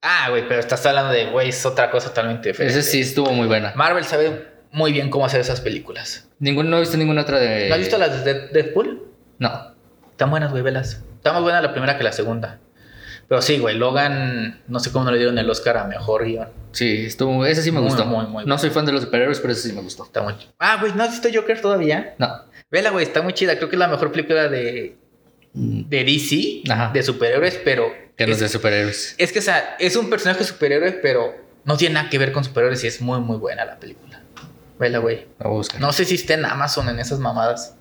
Speaker 2: Ah, güey, pero estás hablando de, güey, es otra cosa totalmente diferente.
Speaker 1: Esa sí estuvo muy buena.
Speaker 2: Marvel sabe muy bien cómo hacer esas películas.
Speaker 1: Ningún, no he visto ninguna otra de...
Speaker 2: ¿No has visto las de Dead- Deadpool?
Speaker 1: No.
Speaker 2: Están buenas, güey, velas. Está más buena la primera que la segunda. Pero sí, güey, Logan, no sé cómo no le dieron el Oscar a mejor guión.
Speaker 1: Sí, estuvo... Esa sí me
Speaker 2: Muy,
Speaker 1: gustó.
Speaker 2: muy, muy
Speaker 1: no soy fan de los superhéroes, pero esa sí me gustó.
Speaker 2: Está muy ch- Ah, güey, ¿no has visto Joker todavía?
Speaker 1: No.
Speaker 2: Vela, güey, está muy chida. Creo que es la mejor película de, de DC,
Speaker 1: Ajá.
Speaker 2: de superhéroes, pero.
Speaker 1: Que no es
Speaker 2: Mm. es,
Speaker 1: de superhéroes.
Speaker 2: es que, o sea, es un personaje superhéroe, pero No tiene nada que ver con superhéroes y es muy, muy buena la película. Vela, güey.
Speaker 1: La voy a buscar. No,
Speaker 2: No sé si está en Amazon en esas mamadas.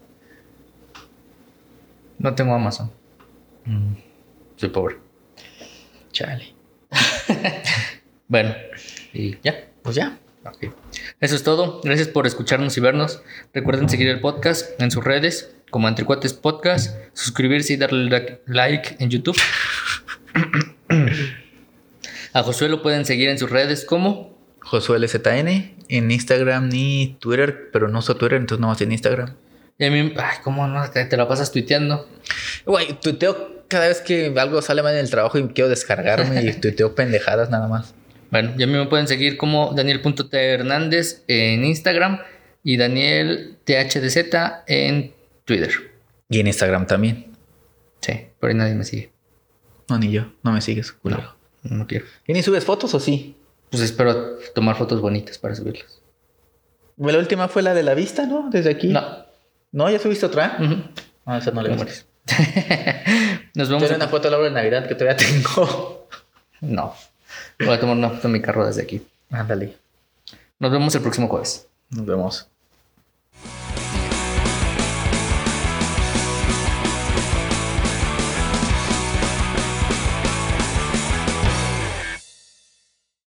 Speaker 1: tengo Amazon. Mm, Soy pobre.
Speaker 2: Chale.
Speaker 1: Bueno, y ya.
Speaker 2: Pues ya.
Speaker 1: Ok. Eso es todo. Gracias por escucharnos y vernos. Recuerden seguir el podcast en sus redes como Entre Cuates Podcast, suscribirse y darle like- like en YouTube. A Josué lo pueden seguir en sus redes como
Speaker 2: Josué LZN en Instagram ni Twitter, pero no uso Twitter, entonces nomás en Instagram.
Speaker 1: Y a mí, ay, ¿cómo no? Te, te la pasas tuiteando.
Speaker 2: Güey, tuiteo cada vez que algo sale mal en el trabajo y quiero descargarme *laughs* y tuiteo pendejadas nada más.
Speaker 1: Bueno, y a mí me pueden seguir como Daniel.t Hernández en Instagram y Daniel THDZ en Twitter.
Speaker 2: Y en Instagram también.
Speaker 1: Sí, por ahí nadie me sigue.
Speaker 2: No, ni yo. No me sigues, culero.
Speaker 1: No quiero.
Speaker 2: ¿Y ni subes fotos o sí?
Speaker 1: Pues espero tomar fotos bonitas para subirlas.
Speaker 2: La última fue la de la vista, ¿no? Desde aquí.
Speaker 1: No.
Speaker 2: ¿No? ¿Ya subiste otra?
Speaker 1: Ujú.
Speaker 2: No, esa no la
Speaker 1: Bueno.
Speaker 2: viste.
Speaker 1: *laughs* Nos vemos.
Speaker 2: Tiene una foto del árbol de Navidad que todavía tengo.
Speaker 1: No. Voy a tomar una foto en mi carro desde aquí.
Speaker 2: Ándale.
Speaker 1: Nos vemos el próximo jueves.
Speaker 2: Nos vemos.